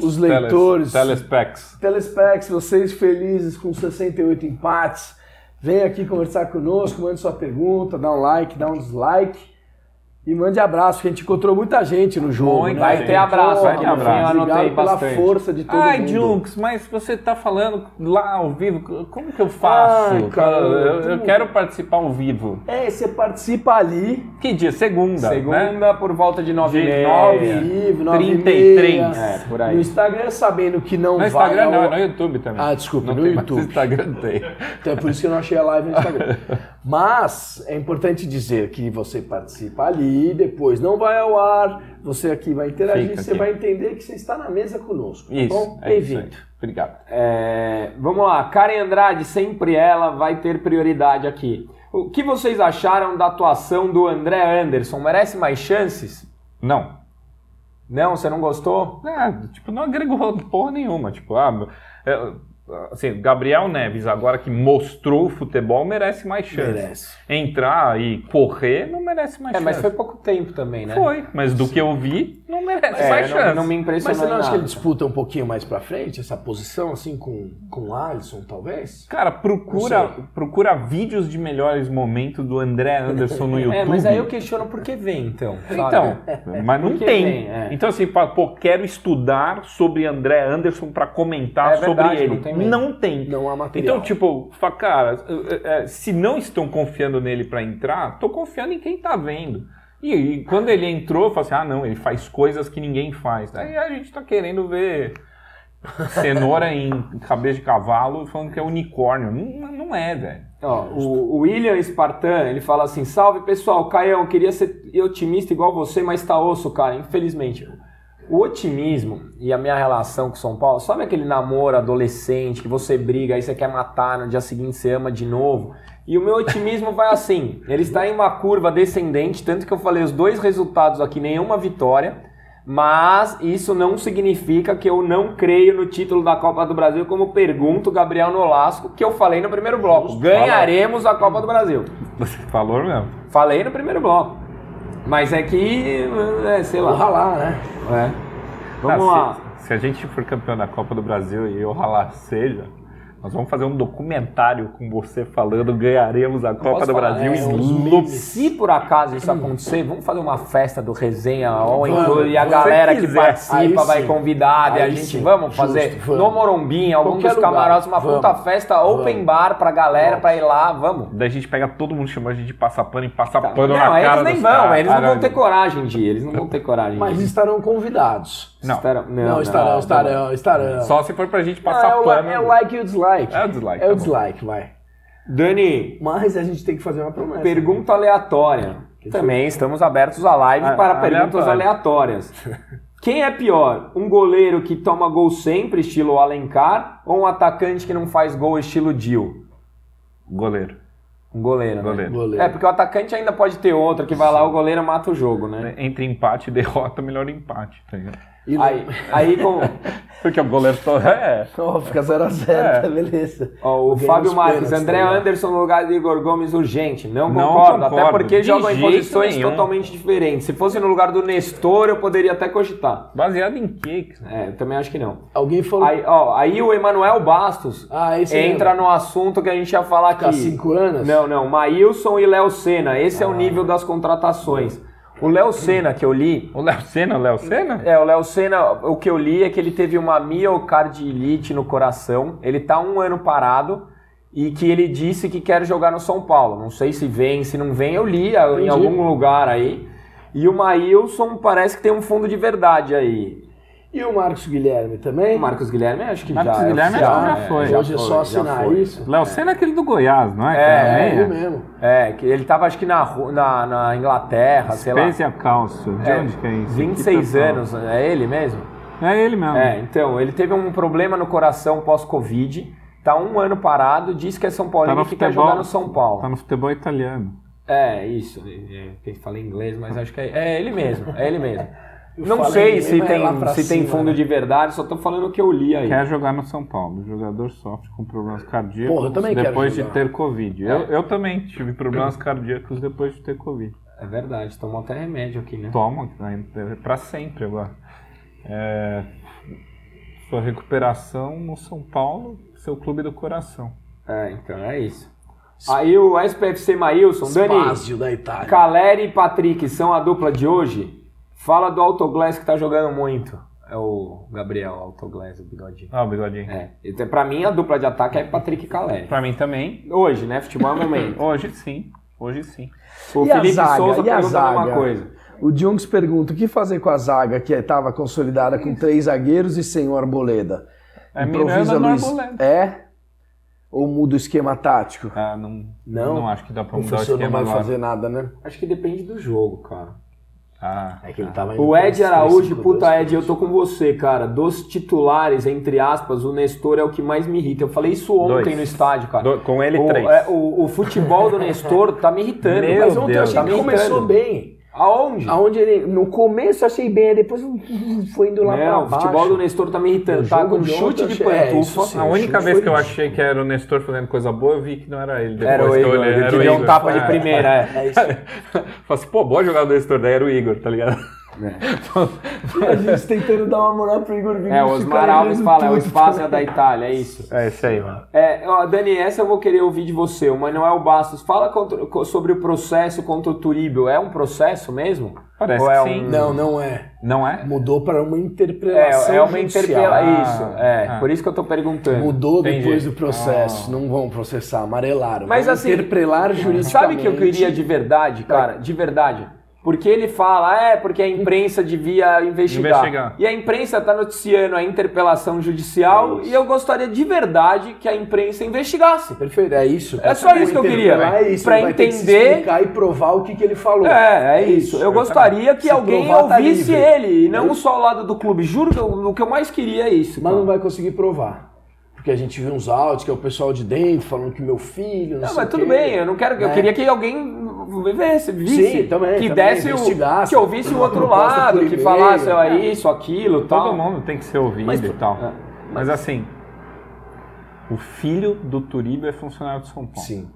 Speaker 2: Os leitores,
Speaker 3: Telespecs.
Speaker 2: Telespecs, vocês felizes com 68 empates, vem aqui conversar conosco, mande sua pergunta, dá um like, dá um dislike e mande abraço, que a gente encontrou muita gente no jogo.
Speaker 3: Muita
Speaker 2: né?
Speaker 1: Vai ter abraço
Speaker 2: Porra,
Speaker 1: aqui,
Speaker 2: mano,
Speaker 1: abraço. Eu anotei
Speaker 2: obrigado pela
Speaker 1: bastante.
Speaker 2: força de todo
Speaker 3: Ai,
Speaker 2: mundo.
Speaker 3: Junks, mas você tá falando lá ao vivo, como que eu faço?
Speaker 2: Ai, cara,
Speaker 3: eu, eu
Speaker 2: tu-
Speaker 3: quero participar ao vivo.
Speaker 2: É, você participa ali,
Speaker 3: Que dia? Segunda, né?
Speaker 1: Segunda por volta de 9
Speaker 3: De
Speaker 1: h
Speaker 3: nove
Speaker 2: ao vivo, nove
Speaker 3: 33.
Speaker 2: e meia.
Speaker 1: É, por aí.
Speaker 2: No Instagram, sabendo que não
Speaker 3: No
Speaker 2: vai
Speaker 3: Instagram
Speaker 2: ao-
Speaker 3: não, é no YouTube também.
Speaker 2: Ah, desculpa,
Speaker 3: não
Speaker 2: no
Speaker 3: tem
Speaker 2: YouTube.
Speaker 3: Mais Instagram tem.
Speaker 2: Então é por isso que eu não achei a live no Instagram. Mas é importante dizer que você participa ali, depois não vai ao ar, você aqui vai interagir,
Speaker 3: Fica
Speaker 2: você
Speaker 3: aqui.
Speaker 2: vai entender que você está na mesa conosco, tá
Speaker 3: Isso,
Speaker 2: bom?
Speaker 3: é isso aí.
Speaker 2: Bem-vindo.
Speaker 3: Obrigado.
Speaker 1: É, vamos lá, Karen Andrade, sempre ela vai ter prioridade aqui. O que vocês acharam da atuação do André Anderson? Merece mais chances?
Speaker 3: Não,
Speaker 1: Não, você não gostou?
Speaker 3: É, tipo, não agregou porra nenhuma. Tipo, ah, é, assim, Gabriel Neves, agora que mostrou o futebol, merece mais chance.
Speaker 2: Merece.
Speaker 3: Entrar e correr não merece mais
Speaker 1: É, mas
Speaker 3: chance.
Speaker 1: foi pouco tempo também, né?
Speaker 3: Foi, mas do que eu vi, não merece
Speaker 1: É,
Speaker 3: mais
Speaker 1: não,
Speaker 3: chance.
Speaker 1: não me
Speaker 2: Mas
Speaker 1: impressionou
Speaker 3: é
Speaker 2: você não
Speaker 1: em
Speaker 2: acha que ele
Speaker 1: nada.
Speaker 2: disputa um pouquinho mais pra frente, essa posição, assim, com, com o Alisson, talvez?
Speaker 3: Cara,
Speaker 2: Não
Speaker 3: procura, procura vídeos de melhores momentos do André Anderson no YouTube.
Speaker 1: É, mas aí eu questiono por que vem, então. sabe?
Speaker 3: Então, mas não
Speaker 1: Porque
Speaker 3: tem.
Speaker 1: vem, é.
Speaker 3: Então, assim, pá, pô, quero estudar sobre André Anderson pra comentar
Speaker 1: É
Speaker 3: sobre
Speaker 1: verdade,
Speaker 3: ele.
Speaker 1: não tem mesmo.
Speaker 3: não tem.
Speaker 2: Não há material.
Speaker 3: Então, tipo, fala, cara, eh, eh, se não estão confiando nele pra entrar, tô confiando em quem tá vendo. E, e quando ele entrou, eu falei assim, ah não, ele faz coisas que ninguém faz. Aí a gente tá querendo ver cenoura em cabeça de cavalo falando que é unicórnio. Não, não é, velho.
Speaker 1: Ó, o, o William Spartan, ele fala assim: salve pessoal, Caião, queria ser otimista igual você, mas tá osso, cara, infelizmente. O otimismo e a minha relação com São Paulo, sabe aquele namoro adolescente que você briga, aí você quer matar, no dia seguinte você ama de novo? E o meu otimismo vai assim: ele está em uma curva descendente, tanto que eu falei os dois resultados aqui, nenhuma vitória. Mas isso não significa que eu não creio no título da Copa do Brasil, como pergunta o Gabriel Nolasco, que eu falei no primeiro bloco. Ganharemos a Copa do Brasil.
Speaker 3: Você falou mesmo.
Speaker 1: Falei no primeiro bloco. Mas é que. É, sei
Speaker 2: Vamos
Speaker 1: lá.
Speaker 2: ralar, né?
Speaker 1: É. Vamos
Speaker 3: Ah,
Speaker 1: lá.
Speaker 3: Se, se a gente for campeão da Copa do Brasil e eu ralar seja, nós vamos fazer um documentário com você falando ganharemos a Copa
Speaker 1: posso
Speaker 3: do
Speaker 1: falar,
Speaker 3: Brasil
Speaker 1: é,
Speaker 3: em
Speaker 1: os
Speaker 3: loop.
Speaker 1: Se por acaso isso acontecer, vamos fazer uma festa do resenha all
Speaker 2: Hum. Vamos,
Speaker 1: inclusive, e a
Speaker 2: se
Speaker 1: galera que
Speaker 3: quiser.
Speaker 2: Aí
Speaker 1: participa vai
Speaker 2: sim.
Speaker 1: convidada e a
Speaker 2: Aí
Speaker 1: gente
Speaker 2: sim.
Speaker 1: vamos
Speaker 2: Justo,
Speaker 1: fazer
Speaker 2: vamos.
Speaker 1: no Morombim, em algum
Speaker 2: Qualquer
Speaker 1: dos
Speaker 2: lugar.
Speaker 1: camarotes, uma
Speaker 2: Vamos.
Speaker 1: puta festa open
Speaker 2: Vamos.
Speaker 1: bar pra galera
Speaker 2: Vamos.
Speaker 1: pra ir lá, vamos.
Speaker 3: Daí a gente pega todo mundo, chama a gente de passar pano e passar
Speaker 1: Tá.
Speaker 3: pano
Speaker 1: não,
Speaker 3: na
Speaker 1: eles
Speaker 3: cara
Speaker 1: nem
Speaker 3: dos
Speaker 1: vão,
Speaker 3: caras.
Speaker 1: eles não vão ter
Speaker 3: Caralho.
Speaker 1: coragem de ir, eles não vão ter coragem
Speaker 2: Mas
Speaker 1: de ir.
Speaker 2: estarão convidados.
Speaker 3: não. tá
Speaker 1: Estarão- não,
Speaker 2: Não,
Speaker 1: não,
Speaker 2: estarão, estarão, estarão.
Speaker 3: Só se for pra gente
Speaker 2: Não,
Speaker 3: passar
Speaker 2: é, o,
Speaker 3: pano.
Speaker 2: li- é o like e o dislike.
Speaker 3: É o dislike,
Speaker 2: É
Speaker 3: tá
Speaker 2: o
Speaker 3: bom.
Speaker 2: dislike, vai.
Speaker 1: Dani,
Speaker 2: Mas a gente tem que fazer uma
Speaker 1: É,
Speaker 2: promessa.
Speaker 1: pergunta aleatória. Também estamos abertos à live
Speaker 3: Ah,
Speaker 1: para perguntas
Speaker 3: aleatório.
Speaker 1: aleatórias. Quem é pior? Um goleiro que toma gol sempre, estilo Alencar, ou um atacante que não faz gol, estilo Dil?
Speaker 3: Goleiro.
Speaker 1: Um goleiro, né?
Speaker 3: Goleiro.
Speaker 2: Goleiro.
Speaker 1: É, porque o atacante ainda pode ter outro, que vai lá, o goleiro mata o jogo, né?
Speaker 3: Entre empate e derrota, melhor empate. tá ligado?
Speaker 2: E não-
Speaker 1: Aí, aí com,
Speaker 3: Porque o goleiro só. É.
Speaker 2: Ó, fica 0x0,
Speaker 3: É.
Speaker 2: tá beleza.
Speaker 1: Ó, o
Speaker 2: Ganha
Speaker 1: Fábio
Speaker 2: os
Speaker 1: Marques,
Speaker 2: pênaltis,
Speaker 1: André
Speaker 2: tá ligado?
Speaker 1: Anderson no lugar de Igor Gomes urgente. Não
Speaker 3: Não
Speaker 1: concordo, até
Speaker 3: concordo,
Speaker 1: porque
Speaker 3: de
Speaker 1: jogam em
Speaker 3: jeito
Speaker 1: posições
Speaker 3: nenhum.
Speaker 1: totalmente diferentes. Se fosse no lugar do Nestor, eu poderia até cogitar.
Speaker 3: Baseado em quê? cara?
Speaker 1: É, eu também acho que não.
Speaker 2: Alguém falou.
Speaker 1: Aí, ó, aí o Emanuel Bastos
Speaker 2: ah, esse
Speaker 1: entra no assunto que a gente ia falar
Speaker 2: Há
Speaker 1: aqui.
Speaker 2: 5 anos?
Speaker 1: Não, não. Maílson e Léo Senna. Esse é o nível das contratações. O Léo Senna que eu li.
Speaker 3: O Léo Senna, o Léo Senna?
Speaker 1: É, o Léo Senna, o que eu li é que ele teve uma miocardilite no coração. Ele tá um ano parado e que ele disse que quer jogar no São Paulo. Não sei se vem, se não vem. Eu li ah, em
Speaker 2: Entendi.
Speaker 1: algum lugar aí. E o Maílson parece que tem um fundo de verdade aí.
Speaker 2: E o Marcos Guilherme também?
Speaker 1: O Marcos Guilherme acho que
Speaker 3: Marcos
Speaker 1: já é
Speaker 3: Guilherme acho que
Speaker 1: oficial,
Speaker 3: já
Speaker 1: né?
Speaker 3: foi.
Speaker 2: Hoje é só assinar
Speaker 1: foi.
Speaker 2: isso?
Speaker 3: Léo Senna é aquele do Goiás, não é?
Speaker 1: É,
Speaker 3: Que
Speaker 2: É,
Speaker 3: meia?
Speaker 2: ele mesmo.
Speaker 1: É, que ele tava acho que na, Ru- na, na Inglaterra, sei lá.
Speaker 3: Spezia Calcio. De
Speaker 1: É,
Speaker 3: onde que é isso?
Speaker 1: 26
Speaker 3: Que pessoal.
Speaker 1: anos, é ele mesmo?
Speaker 3: É ele mesmo.
Speaker 1: É, então, ele teve um problema no coração pós-Covid, tá um ano parado, diz que é São Paulino
Speaker 3: Tá
Speaker 1: e
Speaker 3: no
Speaker 1: que quer
Speaker 3: futebol.
Speaker 1: jogar no São Paulo.
Speaker 3: Tá no futebol italiano.
Speaker 1: É, isso. é, é, Falei inglês, mas acho que é, é ele mesmo, é ele mesmo.
Speaker 2: Eu
Speaker 1: Não
Speaker 2: falei
Speaker 1: sei
Speaker 2: inglês,
Speaker 1: se
Speaker 2: mas é lá
Speaker 1: tem,
Speaker 2: pra
Speaker 1: se tem
Speaker 2: cima,
Speaker 1: fundo
Speaker 2: né?
Speaker 1: de verdade, só tô falando o que eu li aí.
Speaker 3: Quer jogar no São Paulo. O jogador sofre com problemas cardíacos
Speaker 2: Porra, eu também quero
Speaker 3: depois
Speaker 2: jogar. É.
Speaker 3: de ter Covid. Eu, eu também tive problemas cardíacos depois de ter Covid.
Speaker 1: É verdade, tomou até remédio aqui, né?
Speaker 3: Toma, é pra sempre agora. É, sua recuperação no São Paulo, seu clube do coração.
Speaker 1: É, então é isso. Aí o SPFC Maílson, Dani,
Speaker 2: Spazio da Itália.
Speaker 1: Caleri e Patrick são a dupla de hoje? Fala do Autoglass que tá jogando muito. É o Gabriel Autoglass, o bigodinho.
Speaker 3: Ah, o bigodinho.
Speaker 1: É. Então, pra mim, a dupla de ataque é Patrick e Caleri.
Speaker 3: Pra mim também.
Speaker 1: Hoje, né? Futebol é momento.
Speaker 3: Hoje sim. Hoje sim.
Speaker 1: O
Speaker 2: E a
Speaker 1: Felipe
Speaker 2: zaga?
Speaker 1: Souza
Speaker 2: E a
Speaker 1: pergunta
Speaker 2: zaga?
Speaker 1: uma coisa.
Speaker 2: O Jungs pergunta: o que fazer com a zaga que estava consolidada com três zagueiros e sem o Arboleda?
Speaker 3: É Miranda no Arboleda.
Speaker 2: É? Ou muda o esquema tático?
Speaker 3: Ah, não,
Speaker 2: Não?
Speaker 3: não. acho que dá pra
Speaker 2: O
Speaker 3: mudar o
Speaker 2: professor não
Speaker 3: esquema
Speaker 2: vai
Speaker 3: agora.
Speaker 2: fazer nada, né?
Speaker 1: Acho que depende do jogo, cara.
Speaker 3: Ah,
Speaker 2: É que ele tava
Speaker 1: O Ed Araújo, puta Ed, eu tô com você, cara. Dos titulares, entre aspas, o Nestor é o que mais me irrita. Eu falei isso ontem
Speaker 3: Dois.
Speaker 1: no estádio, cara.
Speaker 3: do- com ele
Speaker 1: o,
Speaker 3: três.
Speaker 1: é, o, o futebol do Nestor tá me irritando.
Speaker 3: Meu
Speaker 1: Mas
Speaker 2: Mas
Speaker 1: eu-
Speaker 2: ontem
Speaker 3: Deus,
Speaker 2: eu achei
Speaker 1: tá
Speaker 2: que
Speaker 1: me
Speaker 2: começou
Speaker 1: irritando.
Speaker 2: bem.
Speaker 1: Aonde?
Speaker 2: Aonde ele. No começo eu achei bem, aí depois foi indo lá pra
Speaker 1: Não, o
Speaker 2: baixo.
Speaker 1: futebol do Nestor tá me irritando.
Speaker 2: O
Speaker 1: Tá
Speaker 2: jogo
Speaker 1: com
Speaker 2: de
Speaker 1: chute
Speaker 2: ontem
Speaker 1: de
Speaker 2: eu achei- é,
Speaker 1: pantufa.
Speaker 2: isso sim.
Speaker 3: A
Speaker 2: o
Speaker 3: única
Speaker 2: chute
Speaker 3: vez
Speaker 2: foi
Speaker 3: que eu
Speaker 2: lixo.
Speaker 3: achei que era o Nestor fazendo coisa boa, eu vi que não era ele. Depois
Speaker 1: Era o
Speaker 3: que eu
Speaker 1: Igor,
Speaker 3: olhei,
Speaker 1: ele
Speaker 3: era
Speaker 1: te
Speaker 3: o
Speaker 1: deu um
Speaker 3: Igor.
Speaker 1: tapa de
Speaker 3: É.
Speaker 1: primeira. É.
Speaker 2: É isso.
Speaker 3: Falei assim, pô, boa jogada do Nestor, daí era o Igor, tá ligado?
Speaker 2: A gente tentando dar uma moral pro Igor Vinícius.
Speaker 1: É, o Osmar
Speaker 2: cara,
Speaker 1: Alves
Speaker 2: olhando
Speaker 1: fala, é o
Speaker 2: tudo.
Speaker 1: Spazia da Itália, é isso.
Speaker 3: É isso aí, mano.
Speaker 1: É, ó, Dani, essa eu vou querer ouvir de você. O Manuel Bastos, fala contra- co- sobre o processo contra o Turíbio. É um processo mesmo?
Speaker 3: Parece
Speaker 1: Ou é
Speaker 3: que sim.
Speaker 1: um-
Speaker 2: Não, não é.
Speaker 3: Não é?
Speaker 2: Mudou para uma interpretação.
Speaker 1: É, é uma
Speaker 2: judicial.
Speaker 1: interpelação. Isso, é.
Speaker 3: Ah.
Speaker 1: Por isso que eu tô perguntando.
Speaker 2: Mudou
Speaker 3: Entendi.
Speaker 2: depois do processo. Não vão processar, amarelaram.
Speaker 1: Ah. Mas
Speaker 2: vão
Speaker 1: assim,
Speaker 2: interprelar juridicamente.
Speaker 1: Sabe o que eu queria de verdade, cara? De verdade. Porque ele fala, é, porque a imprensa devia investigar.
Speaker 3: Investigar.
Speaker 1: E a imprensa tá noticiando a interpelação
Speaker 2: É
Speaker 1: judicial e eu gostaria de verdade que a imprensa investigasse.
Speaker 2: Perfeito, é isso.
Speaker 1: É só isso que eu queria,
Speaker 2: Interpelar
Speaker 1: velho.
Speaker 2: É isso,
Speaker 1: Pra
Speaker 2: ele vai ter que se
Speaker 1: entender-
Speaker 2: explicar e provar o que, que ele falou.
Speaker 1: É, é isso. Eu
Speaker 3: exatamente.
Speaker 1: gostaria que
Speaker 2: Se
Speaker 1: alguém
Speaker 2: provar, tá
Speaker 1: ouvisse
Speaker 2: livre.
Speaker 1: ele, e não só o lado do clube. Juro que eu- o que eu mais queria é
Speaker 3: Tipo,
Speaker 1: isso.
Speaker 2: Mas
Speaker 1: cara.
Speaker 3: ah.
Speaker 2: não vai conseguir provar. Porque a gente viu uns áudios que é o pessoal de dentro falando que meu filho. Não,
Speaker 3: Ah,
Speaker 1: Não,
Speaker 2: sei
Speaker 1: mas
Speaker 2: o
Speaker 1: tudo
Speaker 2: quê.
Speaker 1: bem,
Speaker 3: é.
Speaker 1: eu não quero. Eu
Speaker 2: Né?
Speaker 1: queria que alguém visse, visse
Speaker 2: Sim, também,
Speaker 1: que
Speaker 2: também,
Speaker 1: desse o,
Speaker 2: investigasse.
Speaker 1: que ouvisse o outro
Speaker 2: Proposta por
Speaker 1: lado, que
Speaker 2: e-mail. né?"
Speaker 1: falasse ó, é isso, aquilo, tal.
Speaker 3: Todo mundo tem que ser ouvido
Speaker 1: Mas-
Speaker 3: e tal.
Speaker 1: é.
Speaker 3: Mas assim, o filho do Turibo é funcionário de São Paulo.
Speaker 2: Sim.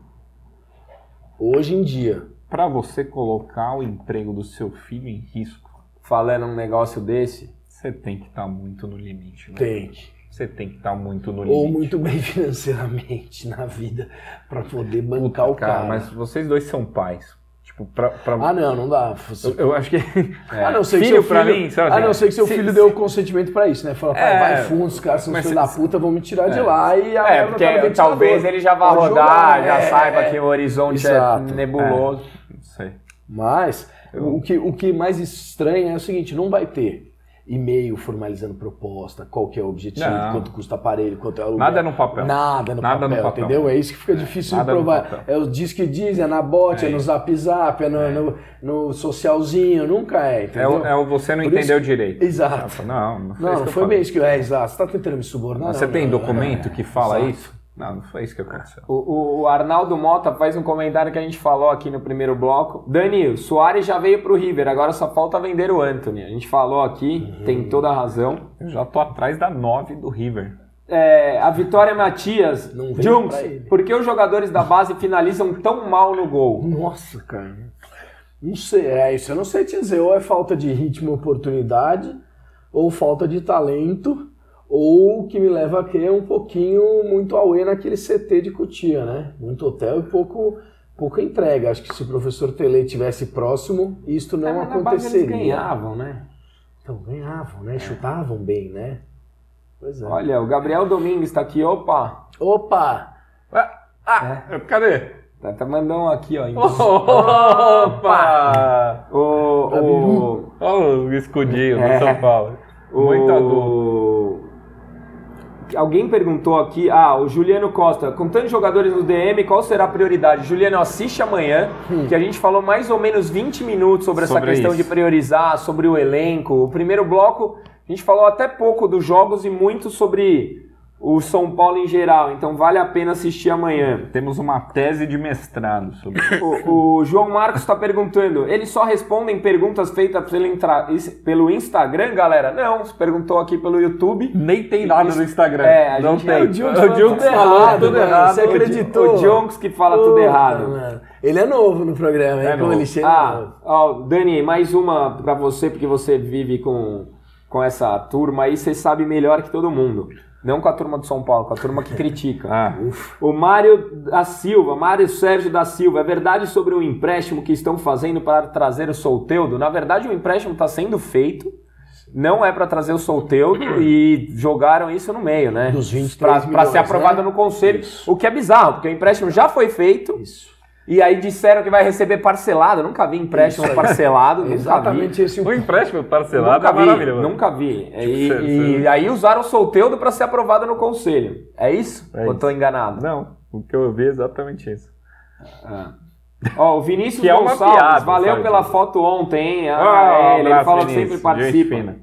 Speaker 2: Hoje em dia.
Speaker 3: Pra você colocar o emprego do seu filho em risco,
Speaker 1: Falando um negócio desse.
Speaker 3: você tem que estar muito no limite, né?
Speaker 2: Tem que.
Speaker 3: Você tem que estar muito no limite.
Speaker 2: Ou muito bem financeiramente na vida pra poder bancar o
Speaker 3: cara,
Speaker 2: cara.
Speaker 3: mas vocês dois são pais. Tipo, pra. pra-
Speaker 2: Ah, não, não dá.
Speaker 3: eu, eu acho que.
Speaker 2: Ah, não sei
Speaker 3: filho
Speaker 2: que seu filho...
Speaker 3: pra mim, sabe?
Speaker 2: Ah, não sei que seu
Speaker 3: Se-
Speaker 2: filho
Speaker 3: se-
Speaker 2: deu o consentimento pra isso, né? Fala, pai,
Speaker 3: É.
Speaker 2: vai fundo, os caras são
Speaker 3: Mas
Speaker 2: filhos da
Speaker 3: se-
Speaker 2: puta, vão me tirar de lá e a
Speaker 1: É,
Speaker 2: merda tá no
Speaker 1: porque
Speaker 2: ventilador.
Speaker 1: talvez ele já vá
Speaker 2: Pode
Speaker 1: rodar,
Speaker 2: jogar,
Speaker 1: já
Speaker 2: é,
Speaker 1: saiba
Speaker 2: é.
Speaker 1: que o horizonte
Speaker 2: Exato,
Speaker 1: é nebuloso.
Speaker 3: Não sei.
Speaker 2: Mas o que, o que mais estranha é o seguinte, não vai ter. e-mail formalizando proposta, qual que é o objetivo,
Speaker 3: Não.
Speaker 2: quanto custa aparelho, quanto é o
Speaker 3: Nada no papel.
Speaker 2: Nada no,
Speaker 3: Nada
Speaker 2: papel,
Speaker 3: no papel.
Speaker 2: entendeu? É isso que fica difícil de
Speaker 3: nada no
Speaker 2: provar.
Speaker 3: papel.
Speaker 2: É o diz que diz, é na bot, é,
Speaker 3: É
Speaker 2: no
Speaker 3: isso.
Speaker 2: zap zap, é no,
Speaker 3: É.
Speaker 2: no, no socialzinho, nunca é,
Speaker 3: É
Speaker 2: entendeu?
Speaker 3: o, é o você não
Speaker 2: Por
Speaker 3: entendeu direito.
Speaker 2: Exato.
Speaker 3: Não, não foi
Speaker 2: Não, não
Speaker 3: isso que eu
Speaker 2: foi
Speaker 3: falei.
Speaker 2: bem isso que eu... É, exato. Você tá tentando me subornar?
Speaker 3: Você
Speaker 2: Não,
Speaker 3: tem
Speaker 2: não, é.
Speaker 3: documento que fala
Speaker 2: Exato.
Speaker 3: isso? Não, não foi isso que aconteceu.
Speaker 1: O, o- o Arnaldo Mota faz um comentário que a gente falou aqui no primeiro bloco. Dani, o Soares já veio pro River, agora só falta vender o Anthony. A gente falou aqui,
Speaker 2: Uhum.
Speaker 1: tem toda a razão.
Speaker 3: Eu já tô atrás da 9 do River.
Speaker 1: É, a Vitória Matias,
Speaker 2: Não veio
Speaker 1: Junks,
Speaker 2: pra ele.
Speaker 1: por que os jogadores da base finalizam tão mal no gol?
Speaker 2: Nossa, cara. Não sei, é isso. Eu não sei te dizer. Ou é falta de ritmo e oportunidade, ou falta de talento, ou o que me leva a crer um pouquinho muito auê naquele CT de Cotia, né? Muito hotel e pouco, pouca entrega. Acho que se o professor Tele tivesse próximo, isto não
Speaker 1: Ah, mas na base eles
Speaker 2: aconteceria.
Speaker 1: ganhavam, né?
Speaker 2: Então, ganhavam,
Speaker 1: É.
Speaker 2: né? Chutavam bem, né? Pois é.
Speaker 1: Olha, o Gabriel Domingues tá aqui, opa!
Speaker 2: Opa!
Speaker 3: Ah, cadê?
Speaker 1: Tá, tá mandando um aqui, ó.
Speaker 3: Opa!
Speaker 1: O, o,
Speaker 3: Olha o escudinho
Speaker 1: É.
Speaker 3: do São Paulo.
Speaker 1: o,
Speaker 3: Muita tá dor.
Speaker 1: Alguém perguntou aqui, ah, o Juliano Costa, com tantos jogadores no DM, qual será a prioridade? Juliano, assiste amanhã,
Speaker 2: Hum.
Speaker 1: que a gente falou mais ou menos 20 minutos sobre, essa
Speaker 3: Sobre
Speaker 1: questão
Speaker 3: isso.
Speaker 1: de priorizar, sobre o elenco. O primeiro bloco, a gente falou até pouco dos jogos e muito sobre o São Paulo em geral, então vale a pena assistir amanhã.
Speaker 3: Temos uma tese de mestrado sobre isso.
Speaker 1: O, o João Marcos está perguntando, eles só respondem perguntas feitas pelo, intra- is- pelo Instagram, galera? Não, você perguntou aqui pelo YouTube.
Speaker 3: Nem tem nada no Instagram.
Speaker 1: É, a
Speaker 3: não
Speaker 1: gente-
Speaker 3: tem.
Speaker 1: é, o
Speaker 2: Diogo falou tudo errado, mano, você acreditou?
Speaker 1: O Jonks que fala tudo
Speaker 2: Puta,
Speaker 1: errado.
Speaker 2: mano. Ele é novo no programa, hein?
Speaker 3: É
Speaker 2: Como
Speaker 3: novo.
Speaker 2: ele chega. é novo.
Speaker 1: Ah, ó, Dani, mais uma pra você, porque você vive com, com essa turma aí, você sabe melhor que todo mundo. Não com a turma do São Paulo, com a turma que critica.
Speaker 3: Ah,
Speaker 1: O Mário da Silva, Mário Sérgio da Silva, é verdade sobre o empréstimo que estão fazendo para trazer o Solteudo? Na verdade, o empréstimo está sendo feito, não é para trazer o Solteudo e jogaram isso no meio, né?
Speaker 2: Dos 23
Speaker 1: Para
Speaker 2: milhões,
Speaker 1: ser aprovado
Speaker 2: né?
Speaker 1: no conselho.
Speaker 2: Isso.
Speaker 1: O que é bizarro, porque o empréstimo já foi feito
Speaker 2: Isso.
Speaker 1: e aí disseram que vai receber parcelado. Eu Nunca vi empréstimo parcelado, nunca vi.
Speaker 2: Exatamente esse
Speaker 1: Um
Speaker 2: o
Speaker 3: o empréstimo parcelado
Speaker 1: Nunca
Speaker 3: é
Speaker 1: vi,
Speaker 3: maravilhoso.
Speaker 1: nunca vi. E,
Speaker 3: Tipo,
Speaker 1: e
Speaker 3: você-
Speaker 1: aí usaram o solteudo para ser aprovado no conselho. É isso?
Speaker 3: É
Speaker 1: Ou
Speaker 3: isso.
Speaker 1: estou enganado?
Speaker 3: Não, o que eu vi é exatamente isso.
Speaker 1: Ó, o Vinícius
Speaker 3: Que é uma
Speaker 1: Gonçalves,
Speaker 3: piada,
Speaker 1: valeu
Speaker 3: sabe?
Speaker 1: pela foto ontem, hein? Ah,
Speaker 3: Ah, um
Speaker 1: é, ele,
Speaker 3: abraço,
Speaker 1: fala que
Speaker 3: Vinícius.
Speaker 1: sempre
Speaker 3: Gente
Speaker 1: participa.
Speaker 3: fina.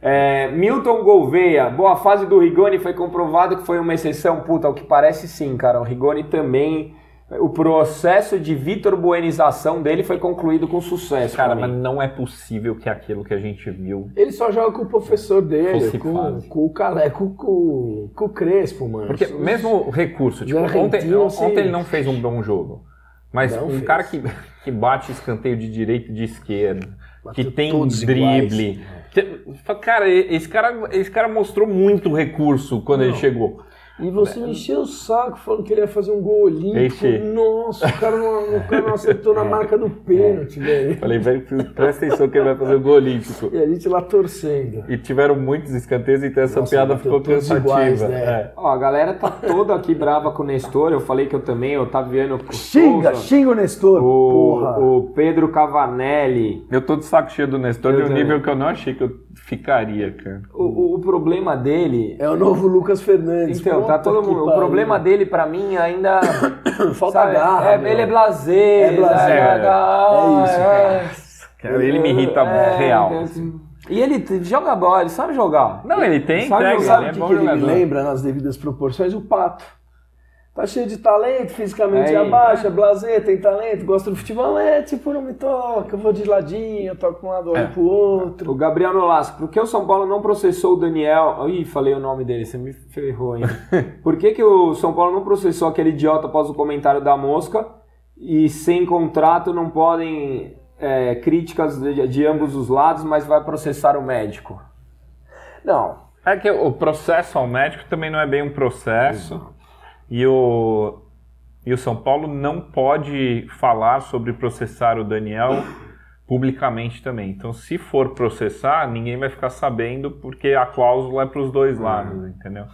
Speaker 1: É, Milton Gouveia, boa fase do Rigoni, foi comprovado que foi uma exceção. Puta, ao que parece sim, cara. O Rigoni também. O processo de Vitor Buenização dele foi concluído com sucesso.
Speaker 3: Cara,
Speaker 1: pra
Speaker 3: mas
Speaker 1: mim.
Speaker 3: não é possível que aquilo que a gente viu.
Speaker 2: Ele só joga com o professor dele,
Speaker 3: Fosse
Speaker 2: com,
Speaker 3: fase.
Speaker 2: com o Calé, com, com, com o Crespo, mano.
Speaker 3: Porque
Speaker 2: Isso-
Speaker 3: mesmo o recurso, tipo,
Speaker 2: Jorginho,
Speaker 3: ontem, ontem
Speaker 2: sim.
Speaker 3: ele não fez um bom jogo. Mas
Speaker 2: Não
Speaker 3: um
Speaker 2: fez.
Speaker 3: cara que, que bate escanteio de direita e de esquerda,
Speaker 2: Bateu
Speaker 3: que tem
Speaker 2: todos
Speaker 3: drible. Que- Cara, esse cara, esse cara mostrou muito recurso quando ele chegou.
Speaker 2: E você
Speaker 1: né?
Speaker 2: me encheu o saco falando que ele ia fazer um gol olímpico.
Speaker 3: Enchi.
Speaker 2: Nossa, o cara não, o cara não acertou
Speaker 1: É.
Speaker 2: na marca do pênalti, velho.
Speaker 3: Falei, velho, presta atenção que ele vai fazer o gol olímpico.
Speaker 2: E a gente lá torcendo.
Speaker 3: E tiveram muitos escanteios, então essa
Speaker 2: Nossa,
Speaker 3: piada
Speaker 2: bateu
Speaker 3: ficou
Speaker 2: todos
Speaker 3: cansativa.
Speaker 2: iguais, né?
Speaker 3: É.
Speaker 1: Ó, a galera tá toda aqui brava com o Nestor. Eu falei que eu também, Otaviano Souza,
Speaker 2: Xinga, xinga o Nestor, porra.
Speaker 1: o, o Pedro Cavanelli.
Speaker 3: Eu tô de saco cheio do Nestor,
Speaker 1: Eu
Speaker 3: de um
Speaker 1: também.
Speaker 3: nível que eu não achei que eu ficaria, cara.
Speaker 1: O- o- o problema dele
Speaker 2: É o novo Lucas
Speaker 3: É,
Speaker 2: Fernandes.
Speaker 1: Então, tá
Speaker 2: Puta
Speaker 1: todo
Speaker 2: que
Speaker 1: mundo. O
Speaker 2: pariu.
Speaker 1: problema dele, pra mim, ainda.
Speaker 2: Falta
Speaker 1: sabe,
Speaker 2: garra.
Speaker 1: é,
Speaker 2: meu.
Speaker 1: ele é blazer.
Speaker 2: É blazer. É isso, cara.
Speaker 3: Cara, ele me irrita real.
Speaker 1: E ele t- joga bola, ele sabe jogar.
Speaker 3: Não, ele tem,
Speaker 1: Sabe-
Speaker 3: entrega,
Speaker 1: sabe
Speaker 2: Sabe
Speaker 3: ele é
Speaker 2: o que,
Speaker 3: bom
Speaker 2: que ele me
Speaker 3: jogador.
Speaker 2: lembra nas devidas proporções? O Pato. Tá cheio de talento, fisicamente
Speaker 1: Aí.
Speaker 2: abaixo, é blazer, tem talento, gosta do futebol, é tipo, não me toca, eu vou de ladinho, eu toco um
Speaker 3: É.
Speaker 2: lado, olho pro outro.
Speaker 1: O Gabriel Nolasco, por que o São Paulo não processou o Daniel? Ih, falei o nome dele, você me ferrou, hein? Por que, que o São Paulo não processou aquele idiota após o comentário da mosca e sem contrato não podem é, críticas de- de ambos os lados, mas vai processar o médico?
Speaker 2: Não,
Speaker 3: É que o processo ao médico também não é bem um processo. E o, e o São Paulo não pode falar sobre processar o Daniel publicamente também. Então, se for processar, ninguém vai ficar sabendo porque a cláusula é para os dois lados, entendeu?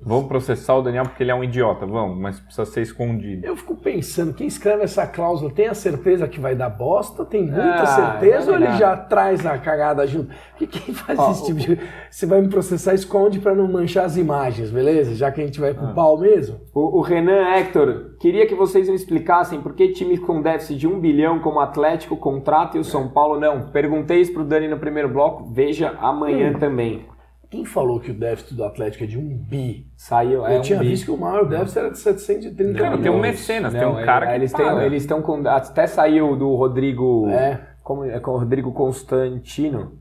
Speaker 3: Vamos processar o Daniel porque ele é um idiota, vamos, mas precisa ser escondido.
Speaker 2: Eu fico pensando, quem escreve essa cláusula tem a certeza que vai dar bosta? Tem muita
Speaker 1: Ah,
Speaker 2: certeza
Speaker 1: vai
Speaker 2: ou ele
Speaker 1: dar.
Speaker 2: já traz a cagada junto? Porque quem faz esse tipo de. Você vai me processar, esconde pra não manchar as imagens, beleza? Já que a gente vai
Speaker 3: Ah.
Speaker 2: pro pau mesmo.
Speaker 1: O, o Renan Hector, queria que vocês me explicassem por que time com déficit de 1 bilhão como Atlético contrata e o São Paulo não. Perguntei isso pro Dani no primeiro bloco, veja amanhã
Speaker 2: Hum.
Speaker 1: também.
Speaker 2: Quem falou que o déficit do Atlético é de um bi?
Speaker 1: Saiu, é
Speaker 2: Eu
Speaker 1: um
Speaker 2: tinha
Speaker 1: bi.
Speaker 2: visto que o maior déficit era de 730
Speaker 3: Cara, tem um
Speaker 2: milhões.
Speaker 3: mecenas,
Speaker 1: Não,
Speaker 3: tem um cara
Speaker 1: é,
Speaker 3: que
Speaker 1: eles têm,
Speaker 3: paga.
Speaker 1: eles estão com até saiu do Rodrigo,
Speaker 2: É.
Speaker 1: como é com o Rodrigo Constantino,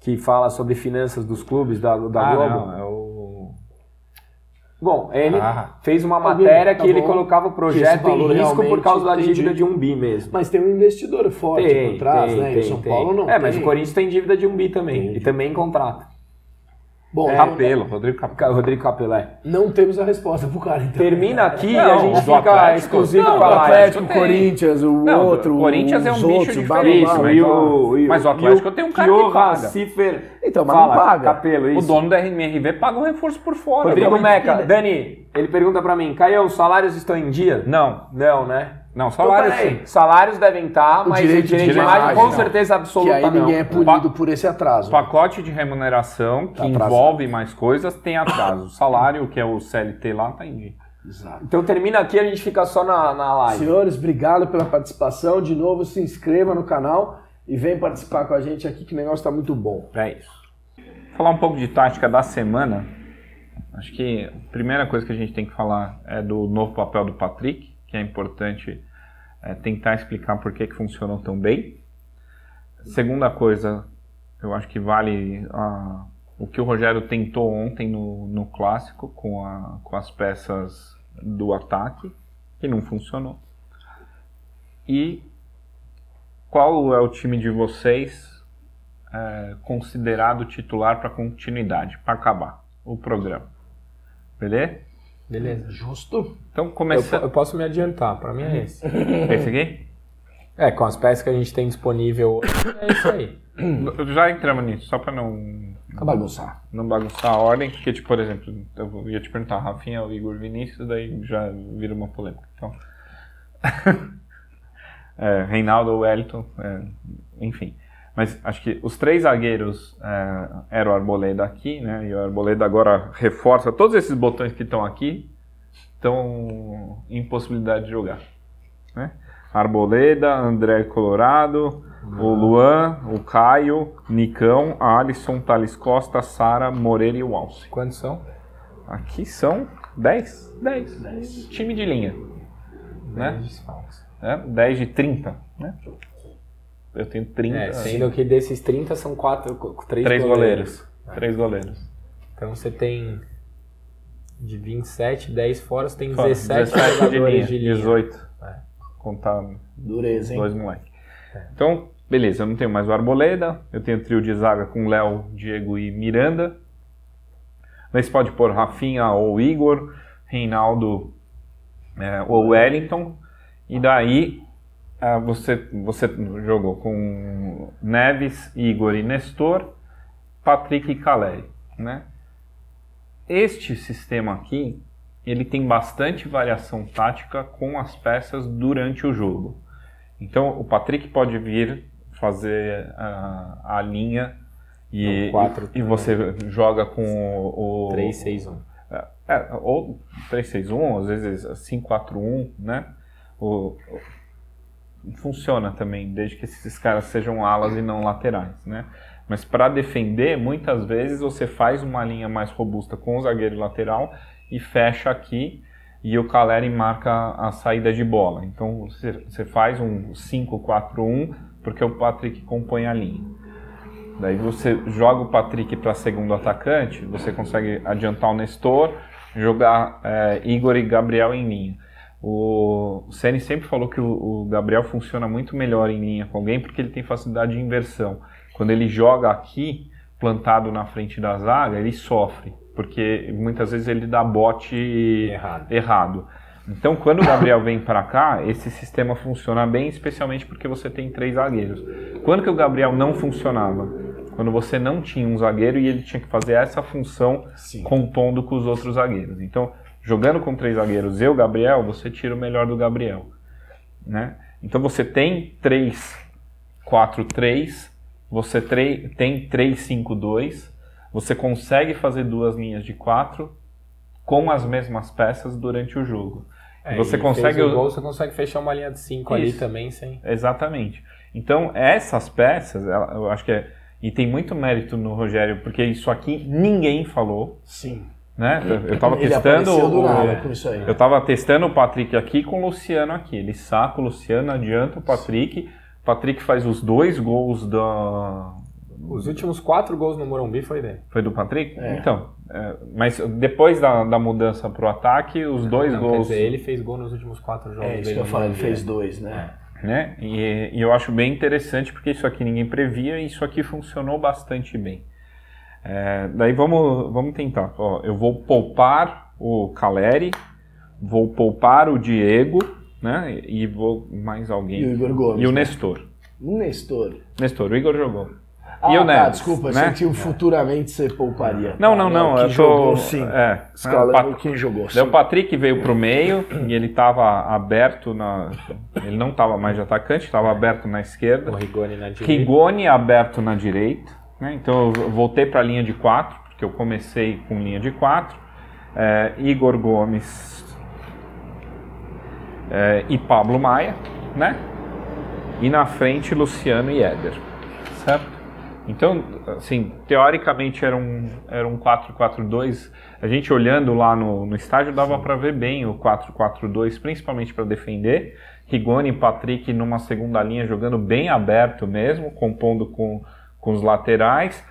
Speaker 1: que fala sobre finanças dos clubes da, da
Speaker 3: Ah,
Speaker 1: Globo.
Speaker 3: não, é o...
Speaker 1: Bom, ele
Speaker 3: Ah.
Speaker 1: fez uma
Speaker 2: Alguém,
Speaker 1: matéria
Speaker 2: tá
Speaker 1: que ele
Speaker 2: bom.
Speaker 1: colocava o
Speaker 2: Que
Speaker 1: projeto
Speaker 2: esse
Speaker 1: em
Speaker 2: valor
Speaker 1: risco por
Speaker 2: realmente-
Speaker 1: causa da
Speaker 2: entendi.
Speaker 1: dívida de um bi mesmo.
Speaker 2: Mas tem um investidor forte por trás, né? E o São
Speaker 1: tem.
Speaker 2: Paulo não.
Speaker 1: É, mas
Speaker 2: tem. É.
Speaker 1: o Corinthians tem dívida de um bi também. E também contrata.
Speaker 2: Bom, não-
Speaker 3: Capelo, Rodrigo Capelo.
Speaker 1: Ca- Rodrigo Capelé.
Speaker 2: não temos a resposta pro cara, então.
Speaker 1: Termina aqui e
Speaker 3: Não,
Speaker 1: a gente
Speaker 3: do
Speaker 1: fica
Speaker 3: Atlético?
Speaker 1: exclusivo
Speaker 3: Não,
Speaker 1: com a
Speaker 3: do
Speaker 2: o
Speaker 1: live.
Speaker 2: Atlético,
Speaker 3: Atlético
Speaker 2: o
Speaker 3: tem.
Speaker 2: Corinthians, o
Speaker 3: Não,
Speaker 2: outro,
Speaker 3: o Corinthians é um
Speaker 2: os
Speaker 3: bicho
Speaker 2: outros, blá,
Speaker 3: diferente,
Speaker 2: blá,
Speaker 1: Isso,
Speaker 2: blá.
Speaker 3: mas
Speaker 1: e o, e o-
Speaker 3: Mas o
Speaker 1: e
Speaker 3: Atlético tem um cara que
Speaker 1: Johan
Speaker 3: paga.
Speaker 1: Cifer
Speaker 2: Então, mas
Speaker 1: fala,
Speaker 2: não paga.
Speaker 1: Capelo,
Speaker 3: O
Speaker 1: isso.
Speaker 3: dono da MRV pagou reforço por fora. é
Speaker 1: Rodrigo
Speaker 3: Não,
Speaker 1: Meca. Dani, ele pergunta pra mim, Caio, os salários estão em dia?
Speaker 3: é? Não,
Speaker 1: Não, né?
Speaker 3: não, salário
Speaker 2: Então, peraí.
Speaker 3: sim.
Speaker 1: Salários devem estar, mas o direito, de imagem, com
Speaker 2: não.
Speaker 1: certeza
Speaker 2: Que
Speaker 1: absoluta
Speaker 2: aí
Speaker 1: não.
Speaker 2: ninguém é punido por esse atraso.
Speaker 3: é Pacote de remuneração que
Speaker 2: Tá atrasado.
Speaker 3: envolve mais coisas tem atraso. O salário, que é o CLT lá, tá em dia.
Speaker 2: Exato.
Speaker 1: Então termina aqui, a gente fica só na, na live.
Speaker 2: Senhores, obrigado pela participação. De novo, se inscreva no canal e vem participar com a gente aqui, que o negócio tá muito bom.
Speaker 3: É isso. Falar um pouco de tática da semana. Acho que a primeira coisa que a gente tem que falar é do novo papel do Patrick, que é importante é, tentar explicar por que, que funcionou tão bem. Segunda coisa, eu acho que vale ah, o que o Rogério tentou ontem no, no clássico com, a- com as peças do ataque, que não funcionou. E qual é o time de vocês considerado titular para continuidade, para acabar o programa. Beleza?
Speaker 1: Beleza.
Speaker 2: Justo.
Speaker 3: Então começando.
Speaker 1: posso me adiantar, pra mim
Speaker 3: Uhum.
Speaker 1: é esse.
Speaker 3: Esse aqui?
Speaker 1: É, com as peças que a gente tem disponível hoje, é isso aí.
Speaker 3: Já entramos nisso, só para não,
Speaker 2: Tá bagunçar.
Speaker 3: não bagunçar a ordem, porque, tipo, por exemplo, eu vou- ia te perguntar, Rafinha ou Igor Vinícius, daí já vira uma polêmica. Então. É, Reinaldo ou Wellington, é, enfim. Mas acho que os três zagueiros é, era o Arboleda aqui, né? E o Arboleda agora reforça todos esses botões que estão aqui, estão em possibilidade de jogar. Né? Arboleda, André Colorado, o Luan, o Caio, Nicão, Alisson, Thales Costa, Sara, Moreira e o Alce.
Speaker 1: Quantos são?
Speaker 3: Aqui são 10? 10. Time de linha. Né? É, 10 de 30. Né? Eu tenho 30.
Speaker 1: É, sendo que desses 30 são 4, 3,
Speaker 3: 3
Speaker 1: goleiros.
Speaker 3: goleiros. Três goleiros.
Speaker 1: Então você tem de 27, 10 fora, você tem
Speaker 3: Fora,
Speaker 1: 17
Speaker 3: de linha.
Speaker 1: jogadores de linha.
Speaker 3: 18.
Speaker 1: É.
Speaker 3: Contar um
Speaker 2: Dureza, hein?
Speaker 3: dois moleques. Então, beleza, eu não tenho mais o Arboleda. Eu tenho trio de zaga com Léo, Diego e Miranda. Mas pode pôr Rafinha ou Igor, Reinaldo é, ou Wellington. E daí ah, você, você jogou com Neves, Igor e Nestor, Patrick e Caleri, né? Este sistema aqui, ele tem bastante variação tática com as peças durante o jogo. Então o Patrick pode vir fazer ah, a linha e,
Speaker 1: Um quatro,
Speaker 3: e você joga com o, o
Speaker 1: 3, 6, 1.
Speaker 3: é, ou 361, às vezes 541, né? O, o- funciona também, desde que esses caras sejam alas e não laterais, né? Mas para defender, muitas vezes você faz uma linha mais robusta com o zagueiro lateral e fecha aqui e o Caleri marca a saída de bola. Então você, você faz um 5-4-1 porque o Patrick compõe a linha. Daí você joga o Patrick para segundo atacante, você consegue adiantar o Nestor, jogar é, Igor e Gabriel em linha. O, o Ceni sempre falou que o, o Gabriel funciona muito melhor em linha com alguém porque ele tem facilidade de inversão. Quando ele joga aqui, plantado na frente da zaga, ele sofre, porque muitas vezes ele dá bote
Speaker 1: Errado.
Speaker 3: errado. Então, quando o Gabriel vem para cá, esse sistema funciona bem, especialmente porque você tem três zagueiros. Quando que o Gabriel não funcionava? Quando você não tinha um zagueiro e ele tinha que fazer essa função
Speaker 2: Sim.
Speaker 3: compondo com os outros zagueiros. Então, jogando com três zagueiros e o Gabriel, você tira o melhor do Gabriel. Né? Então você tem 3, 4, 3, você tre- tem 3, 5, 2, você consegue fazer duas linhas de 4 com as mesmas peças durante o jogo.
Speaker 5: É,
Speaker 3: Você
Speaker 5: e
Speaker 3: consegue
Speaker 5: fez o
Speaker 3: o-
Speaker 5: gol, você consegue fechar uma linha de 5 ali
Speaker 3: Isso.
Speaker 5: também sem.
Speaker 3: Exatamente. Então, essas peças, ela- eu acho que é. E tem muito mérito no Rogério, porque isso aqui ninguém falou,
Speaker 2: Sim.
Speaker 3: né? Eu- Eu tava
Speaker 2: Ele
Speaker 3: testando
Speaker 2: apareceu do
Speaker 3: o-
Speaker 2: nada com isso aí.
Speaker 3: eu tava testando o Patrick aqui com o Luciano aqui. Ele saca o Luciano, adianta o Patrick. O Patrick faz os dois gols da.
Speaker 5: Os últimos quatro gols no Morumbi foi dele.
Speaker 3: Foi do Patrick?
Speaker 2: É.
Speaker 3: Então. é, mas depois da, da mudança pro ataque, os dois
Speaker 5: Não,
Speaker 3: gols.
Speaker 5: Quer dizer, ele fez gol nos últimos quatro jogos.
Speaker 2: É isso
Speaker 5: dele
Speaker 2: que eu
Speaker 5: no
Speaker 2: falei, ele
Speaker 5: Morumbi,
Speaker 2: fez
Speaker 5: né?
Speaker 2: dois, né?
Speaker 3: né? E, e eu acho bem interessante porque isso aqui ninguém previa e isso aqui funcionou bastante bem. É, daí vamos, vamos tentar. Ó, eu vou poupar o Caleri, vou poupar o Diego, né? E vou mais alguém.
Speaker 2: E o Igor Gomes.
Speaker 3: E o
Speaker 2: né?
Speaker 3: Nestor.
Speaker 2: Nestor.
Speaker 3: Nestor, o Igor jogou.
Speaker 2: Ah,
Speaker 3: e o
Speaker 2: tá,
Speaker 3: Neves,
Speaker 2: desculpa, eu
Speaker 3: né?
Speaker 2: senti o futuramente você pouparia.
Speaker 3: Não,
Speaker 2: Tá,
Speaker 3: não,
Speaker 2: né?
Speaker 3: não.
Speaker 2: Quem
Speaker 3: eu tô-
Speaker 2: jogou, sim.
Speaker 3: É,
Speaker 2: Escalando
Speaker 3: o Pat-
Speaker 2: quem jogou,
Speaker 3: Daí
Speaker 2: sim.
Speaker 3: o Patrick veio pro meio e ele tava aberto na. Ele não tava mais de atacante, tava aberto na
Speaker 5: né? O
Speaker 3: esquerda.
Speaker 5: Rigoni na direita.
Speaker 3: Rigoni é aberto na direita. né? Então eu voltei pra linha de 4, porque eu comecei com linha de 4. Igor Gomes é, e Pablo Maia, né? E na frente Luciano e Éder. Certo? Então, assim, teoricamente era um, era um 4-4-2. A gente olhando lá no, no estádio dava para ver bem o 4-4-2, principalmente para defender. Rigoni e Patrick numa segunda linha jogando bem aberto mesmo, compondo com, com os laterais.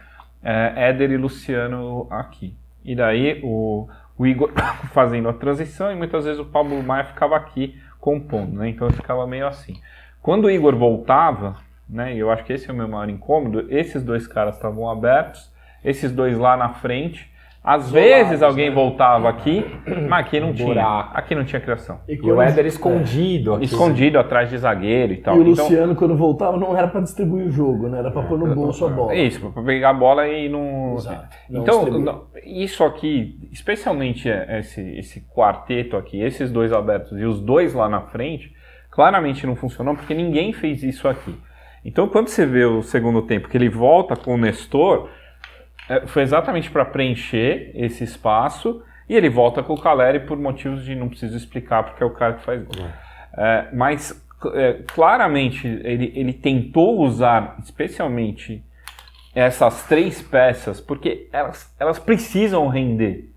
Speaker 3: É, Éder e Luciano aqui. E daí o, o Igor fazendo a transição e muitas vezes o Pablo Maia ficava aqui compondo, né? Então ficava meio assim. Quando o Igor voltava, né? E eu acho que esse é o meu maior incômodo. Esses dois caras estavam abertos, esses dois lá na frente. Às vezes alguém voltava aqui, mas aqui não tinha.
Speaker 5: Buraco.
Speaker 3: Aqui não tinha criação.
Speaker 2: E,
Speaker 5: E
Speaker 2: quando- É.
Speaker 5: o Éder escondido aqui.
Speaker 3: Escondido atrás de zagueiro e
Speaker 2: e
Speaker 3: tal.
Speaker 2: o
Speaker 3: Então,
Speaker 2: Luciano, quando voltava, não era pra distribuir o jogo, né? Era pra pôr no bolso a bola.
Speaker 3: é isso, pra pegar a bola e não.
Speaker 2: Exato. Não
Speaker 3: Então,
Speaker 2: distribui.
Speaker 3: não, isso aqui, especialmente é, esse, esse quarteto aqui, esses dois abertos e os dois lá na frente, claramente não funcionou porque ninguém fez isso aqui. Então, quando você vê o segundo tempo que ele volta com o Nestor, é, foi exatamente para preencher esse espaço e ele volta com o Caleri por motivos de não preciso explicar porque é o cara que faz gol. É, mas c- é, claramente ele, ele tentou usar, especialmente essas três peças, porque elas, elas precisam render.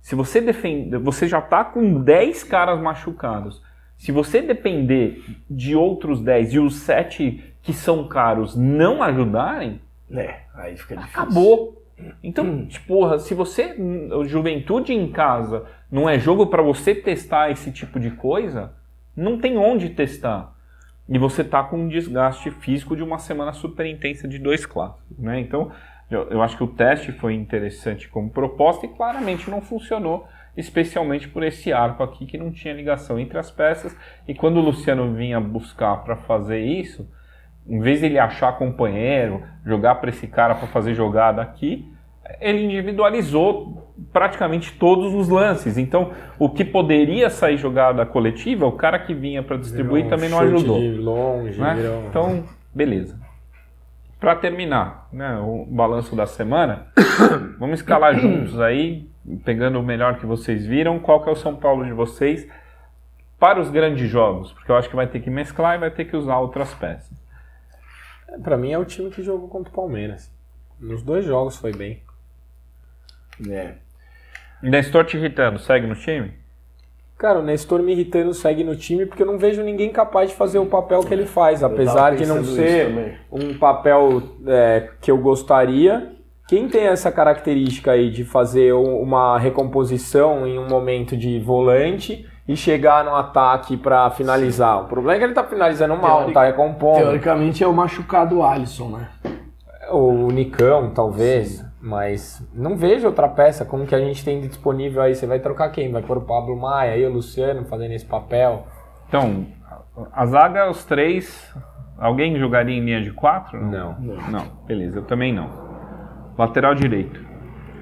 Speaker 3: Se você defender, você já está com 10 caras machucados. Se você depender de outros 10 e os 7 que são caros não ajudarem,
Speaker 2: É, aí fica difícil.
Speaker 3: acabou. Então, tipo, porra, se você, hum, juventude em casa, não é jogo para você testar esse tipo de coisa, não tem onde testar. E você tá com um desgaste físico de uma semana super intensa de dois clássicos, né? Então, eu, eu acho que o teste foi interessante como proposta e claramente não funcionou, especialmente por esse arco aqui que não tinha ligação entre as peças. E quando o Luciano vinha buscar para fazer isso, em vez de ele achar companheiro, jogar para esse cara para fazer jogada aqui, ele individualizou praticamente todos os lances. Então, o que poderia sair jogada coletiva, o cara que vinha para distribuir
Speaker 5: Virou um
Speaker 3: também não
Speaker 5: chute
Speaker 3: ajudou.
Speaker 5: De longe,
Speaker 3: Né?
Speaker 5: virou um-
Speaker 3: Então, beleza. Para terminar, né, o balanço da semana, vamos escalar juntos aí, pegando o melhor que vocês viram, qual que é o São Paulo de vocês para os grandes jogos, porque eu acho que vai ter que mesclar e vai ter que usar outras peças.
Speaker 5: É, Pra mim é o time que jogou contra o Palmeiras. Nos dois jogos foi bem.
Speaker 2: É.
Speaker 3: Nestor te irritando, segue no time?
Speaker 5: Cara, o Nestor me irritando segue no time porque eu não vejo ninguém capaz de fazer o papel que ele faz, apesar
Speaker 2: tava
Speaker 5: de não
Speaker 2: pensando
Speaker 5: ser
Speaker 2: isso também.
Speaker 5: um papel é, que eu gostaria. Quem tem essa característica aí de fazer um- uma recomposição em um momento de volante e chegar no ataque pra finalizar? O problema é que ele tá finalizando mal,
Speaker 2: Teori-
Speaker 5: tá recompondo.
Speaker 2: Teoricamente é o machucado Alisson, né?
Speaker 5: O Nicão, talvez, mas não vejo outra peça como que a gente tem disponível aí. Você vai trocar quem? Vai pôr o Pablo Maia e o Luciano fazendo esse papel?
Speaker 3: Então, a a zaga, os três, alguém jogaria em linha de quatro?
Speaker 5: Não.
Speaker 3: Não, beleza, eu também não. Lateral direito.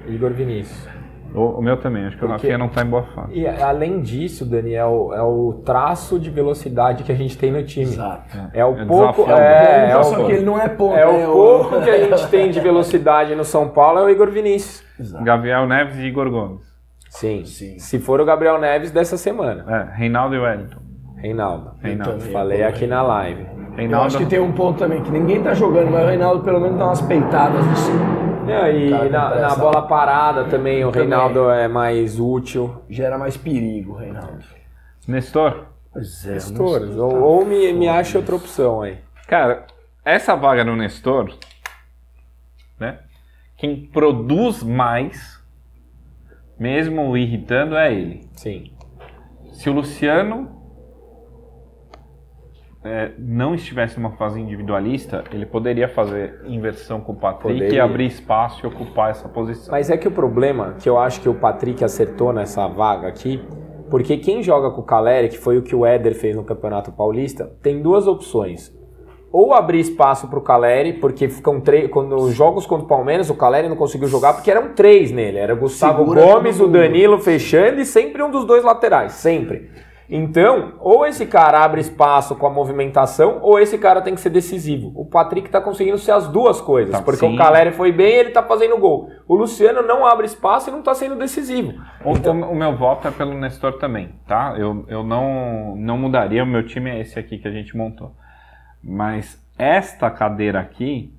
Speaker 1: Igor Vinícius.
Speaker 3: O, o meu também, acho que o
Speaker 1: Porque-
Speaker 3: Rafinha não tá em boa fase.
Speaker 1: E além disso, Daniel, é o traço de velocidade que a gente tem no time.
Speaker 2: Exato.
Speaker 1: É o
Speaker 3: É
Speaker 1: pouco.
Speaker 3: desafiador.
Speaker 1: É, é
Speaker 2: Só
Speaker 1: o,
Speaker 2: que ele não é ponta.
Speaker 1: é
Speaker 2: né?
Speaker 1: o pouco que a gente tem de velocidade no São Paulo é o Igor Vinícius.
Speaker 2: Exato.
Speaker 3: Gabriel Neves e Igor Gomes.
Speaker 1: Sim.
Speaker 2: Sim.
Speaker 1: Se for o Gabriel Neves dessa semana.
Speaker 3: É, Reinaldo e Wellington.
Speaker 1: Reinaldo.
Speaker 2: É,
Speaker 3: Reinaldo.
Speaker 2: Também,
Speaker 1: Falei
Speaker 2: pô,
Speaker 1: aqui na live.
Speaker 2: Eu
Speaker 3: Reinaldo
Speaker 2: acho que tem um ponto também que ninguém tá jogando, mas o Reinaldo pelo menos dá umas peitadas assim.
Speaker 1: É, e
Speaker 2: Cara,
Speaker 1: na,
Speaker 2: não
Speaker 1: na
Speaker 2: presta.
Speaker 1: bola parada também o
Speaker 2: Também.
Speaker 1: Reinaldo é mais útil.
Speaker 2: Gera mais perigo, Reinaldo.
Speaker 3: Nestor?
Speaker 2: Pois é,
Speaker 1: Pastores, ou, ou me, me acha outra opção aí.
Speaker 3: Cara, essa vaga no Nestor, né? Quem produz mais, mesmo o irritando, é ele.
Speaker 1: Sim.
Speaker 3: Se o Luciano é, não estivesse numa fase individualista, ele poderia fazer inversão com o Patrick e
Speaker 1: Poderia.
Speaker 3: abrir espaço e ocupar essa posição.
Speaker 1: Mas é que o problema, que eu acho que o Patrick acertou nessa vaga aqui, porque quem joga com o Caleri, que foi o que o Éder fez no Campeonato Paulista, tem duas opções. Ou abrir espaço pro Caleri, porque ficam três. Quando os jogos contra o Palmeiras, o Caleri não conseguiu jogar porque eram três nele. Era o Gustavo
Speaker 2: Segura
Speaker 1: Gomes,
Speaker 2: todo
Speaker 1: o
Speaker 2: mundo.
Speaker 1: Danilo fechando e sempre um dos dois laterais. Sempre. Então, ou esse cara abre espaço com a movimentação, ou esse cara tem que ser decisivo. O Patrick tá conseguindo ser as duas coisas,
Speaker 3: Tá,
Speaker 1: porque
Speaker 3: sim.
Speaker 1: o Caleri foi bem e ele tá fazendo gol. O Luciano não abre espaço e não tá sendo decisivo.
Speaker 3: O, o- o meu voto é pelo Nestor também, tá? Eu, eu não, não mudaria, o meu time é esse aqui que a gente montou. Mas esta cadeira aqui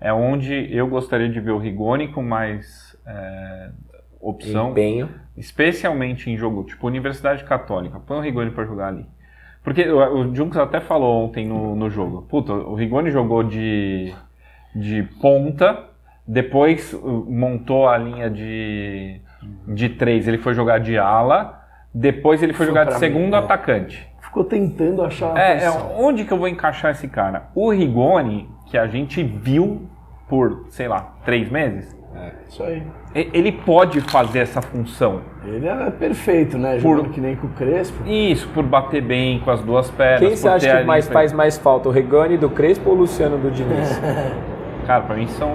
Speaker 3: é onde eu gostaria de ver o Rigoni com mais é, opção,
Speaker 1: Empenho.
Speaker 3: especialmente em jogo tipo Universidade Católica. Põe o Rigoni pra jogar ali. Porque o, o Junks até falou ontem no, no jogo. Puta, o Rigoni jogou de, de ponta, depois uh, montou a linha de, de três, ele foi jogar de ala, depois ele foi
Speaker 2: Foi
Speaker 3: jogar de
Speaker 2: pra
Speaker 3: segundo
Speaker 2: mim, né?
Speaker 3: atacante.
Speaker 2: Ficou tentando achar. a
Speaker 3: É, é,
Speaker 2: posição.
Speaker 3: onde que eu vou encaixar esse cara? O Rigoni, que a gente viu por, sei lá, três meses,
Speaker 2: Isso aí.
Speaker 3: e- ele pode fazer essa função.
Speaker 2: Ele é perfeito, né? Jogando que nem com o Crespo.
Speaker 3: Isso, por bater bem com as duas pernas.
Speaker 1: Quem
Speaker 3: por
Speaker 1: você
Speaker 3: ter
Speaker 1: acha que
Speaker 3: ali
Speaker 1: mais,
Speaker 3: pra-
Speaker 1: faz mais falta, o Regani do Crespo ou o Luciano do Diniz?
Speaker 3: Cara, pra mim são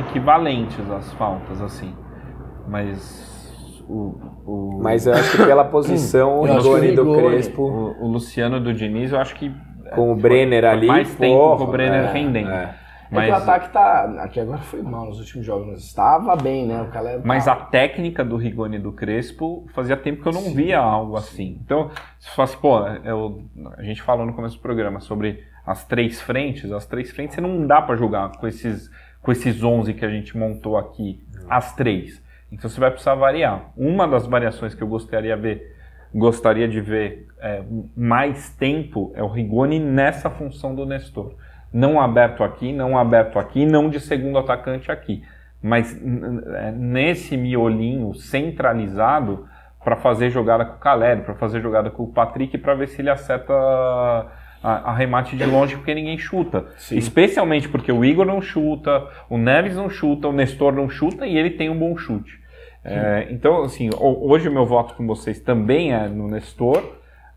Speaker 3: equivalentes as faltas, assim. Mas o, o,
Speaker 1: Mas eu acho que pela posição, o
Speaker 2: Eu acho que o
Speaker 1: Rigoni do
Speaker 2: Rigoni.
Speaker 1: Crespo
Speaker 3: o, o Luciano do Diniz, eu acho que
Speaker 1: com o Brenner
Speaker 3: foi
Speaker 1: ali.
Speaker 3: mais tempo com o
Speaker 1: porra,
Speaker 3: Brenner
Speaker 1: é,
Speaker 3: rendendo.
Speaker 1: é.
Speaker 2: Mas... o
Speaker 3: mas,
Speaker 2: ataque tá. Aqui agora foi mal nos últimos jogos, mas estava bem, né? O Calé.
Speaker 3: mas a técnica do Rigoni e do Crespo fazia tempo que eu não via algo assim. Então, se fosse, pô, eu- a gente falou no começo do programa sobre as três frentes, as três frentes você não dá pra jogar com esses, com esses 11 que a gente montou aqui, as três. Então você vai precisar variar. Uma das variações que eu gostaria ver, gostaria de ver é, mais tempo é o Rigoni nessa função do Nestor. Não aberto aqui, não aberto aqui, não de segundo atacante aqui. Mas n- n- é, nesse miolinho centralizado para fazer jogada com o Caleri, para fazer jogada com o Patrick, para ver se ele acerta a, a remate de longe, porque ninguém chuta. Especialmente porque o Igor não chuta, o Neves não chuta, o Nestor não chuta e ele tem um bom chute. É, então, assim, ho- hoje o meu voto com vocês também é no Nestor,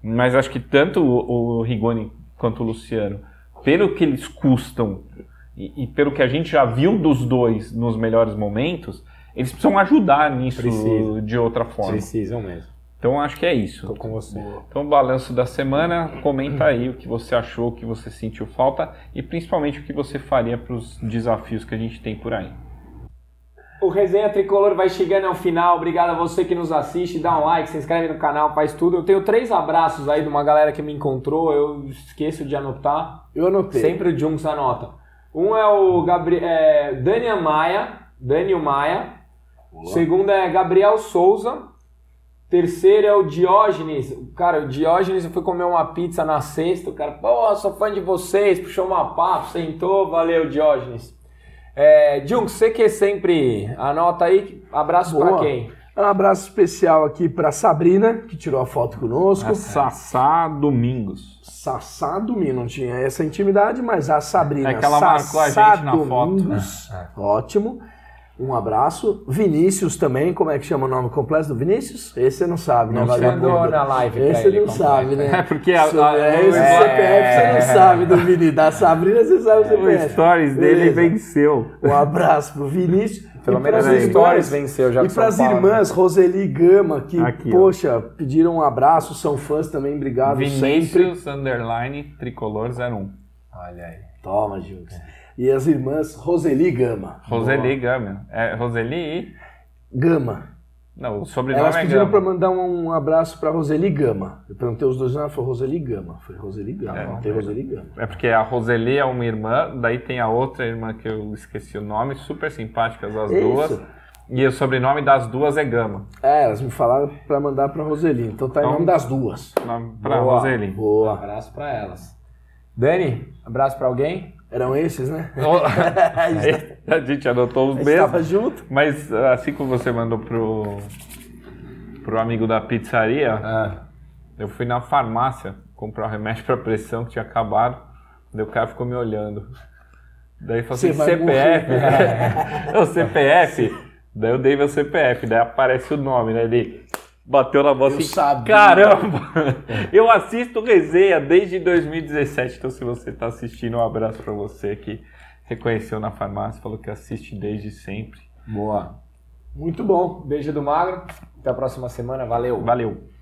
Speaker 3: mas acho que tanto o, o Rigoni quanto o Luciano, pelo que eles custam e, e pelo que a gente já viu dos dois nos melhores momentos, eles precisam ajudar nisso
Speaker 1: Precisa.
Speaker 3: de outra forma.
Speaker 1: Precisam mesmo.
Speaker 3: Então acho que é isso.
Speaker 1: Tô com você.
Speaker 3: Então, balanço da semana, comenta aí o que você achou, o que você sentiu falta e principalmente o que você faria para os desafios que a gente tem por aí.
Speaker 1: O Resenha Tricolor vai chegando ao final. Obrigado a você que nos assiste. Dá um like, se inscreve no canal, faz tudo. Eu tenho três abraços aí de uma galera que me encontrou. Eu esqueço de anotar.
Speaker 2: Eu anotei.
Speaker 1: Sempre o Junks anota. Um é o Gabri é, Daniel Maia. Daniel Maia. Segundo é Gabriel Souza. Terceiro é o Diógenes. Cara, o Diógenes foi comer uma pizza na sexta. O cara, pô, sou fã de vocês. Puxou uma papo, sentou. Valeu, Diógenes. É, Jung, você que sempre anota aí, abraço pra
Speaker 2: Boa.
Speaker 1: quem?
Speaker 2: Um abraço especial aqui pra Sabrina, que tirou a foto conosco.
Speaker 3: Sassá Domingos.
Speaker 2: Sassá Domingo, não tinha essa intimidade, mas a Sabrina.
Speaker 3: É que ela marcou a
Speaker 2: Sassá
Speaker 3: gente na foto, É.
Speaker 2: Domingos, Ótimo. Um abraço. Vinícius também, como é que chama o nome completo do Vinícius? Esse você não sabe, né,
Speaker 1: Não sei.
Speaker 2: vagabundo?
Speaker 1: Mandou na live pra
Speaker 2: Esse você
Speaker 1: ele
Speaker 2: não
Speaker 1: completo.
Speaker 2: sabe, né?
Speaker 3: É, porque a-
Speaker 2: Sobre-
Speaker 3: a-
Speaker 2: é, esse
Speaker 3: é.
Speaker 2: CPF você não sabe do Vini. Da Sabrina você sabe o
Speaker 3: O
Speaker 2: CPF.
Speaker 3: stories dele
Speaker 2: é Beleza.
Speaker 3: venceu.
Speaker 2: Um abraço pro Vinícius.
Speaker 1: Pelo
Speaker 2: E
Speaker 1: menos
Speaker 2: pras
Speaker 1: o
Speaker 3: peraí.
Speaker 1: Stories
Speaker 2: irmãs-
Speaker 1: venceu já
Speaker 2: E
Speaker 1: com São né?
Speaker 2: para as
Speaker 1: Paulo.
Speaker 2: irmãs, Roseli Gama, que,
Speaker 3: né? Aqui, ó.
Speaker 2: poxa, pediram um abraço, são fãs também, obrigado sempre.
Speaker 3: Vinícius Underline Tricolor 01.
Speaker 1: Olha aí.
Speaker 2: Toma, Jux. E as irmãs Roseli Gama.
Speaker 3: Roseli Gama. É, Roseli e.
Speaker 2: Gama.
Speaker 3: Não, o sobrenome
Speaker 2: Elas
Speaker 3: é
Speaker 2: pediram para
Speaker 3: Gama.
Speaker 2: mandar um abraço para Roseli Gama. Eu perguntei os dois nomes, foi Roseli Gama. Foi Roseli Gama,
Speaker 3: É,
Speaker 2: não tem Roseli Gama.
Speaker 3: É porque a Roseli é uma irmã, daí tem a outra irmã que eu esqueci o nome, super simpáticas as
Speaker 2: É
Speaker 3: duas.
Speaker 2: isso.
Speaker 3: E o sobrenome das duas é Gama.
Speaker 2: É, elas me falaram para mandar para Roseli. Então tá em
Speaker 3: Então-
Speaker 2: nome das duas.
Speaker 3: Nome Pra
Speaker 1: Boa.
Speaker 3: Roseli.
Speaker 1: Um
Speaker 2: Boa.
Speaker 1: abraço pra elas. Dani, abraço pra alguém?
Speaker 2: Eram esses, né? a gente
Speaker 3: a gente adotou os mesmos.
Speaker 2: estava junto.
Speaker 3: Mas assim como você mandou pro, pro amigo da pizzaria,
Speaker 1: Ah,
Speaker 3: eu fui na farmácia comprar o remédio pra pressão que tinha acabado. Daí o cara ficou me olhando. Daí falou
Speaker 2: Você
Speaker 3: assim,
Speaker 2: vai
Speaker 3: CPF? É o CPF? Daí eu dei meu CPF, daí aparece o nome, né? Ele bateu na voz
Speaker 2: Eu
Speaker 3: assim,
Speaker 2: sabia.
Speaker 3: caramba! Eu assisto resenha desde 2017, então se você tá assistindo, um abraço pra você que reconheceu na farmácia, falou que assiste desde sempre.
Speaker 1: boa.
Speaker 2: Muito bom.
Speaker 1: Beijo do Magro. Até a próxima semana. Valeu.
Speaker 3: Valeu!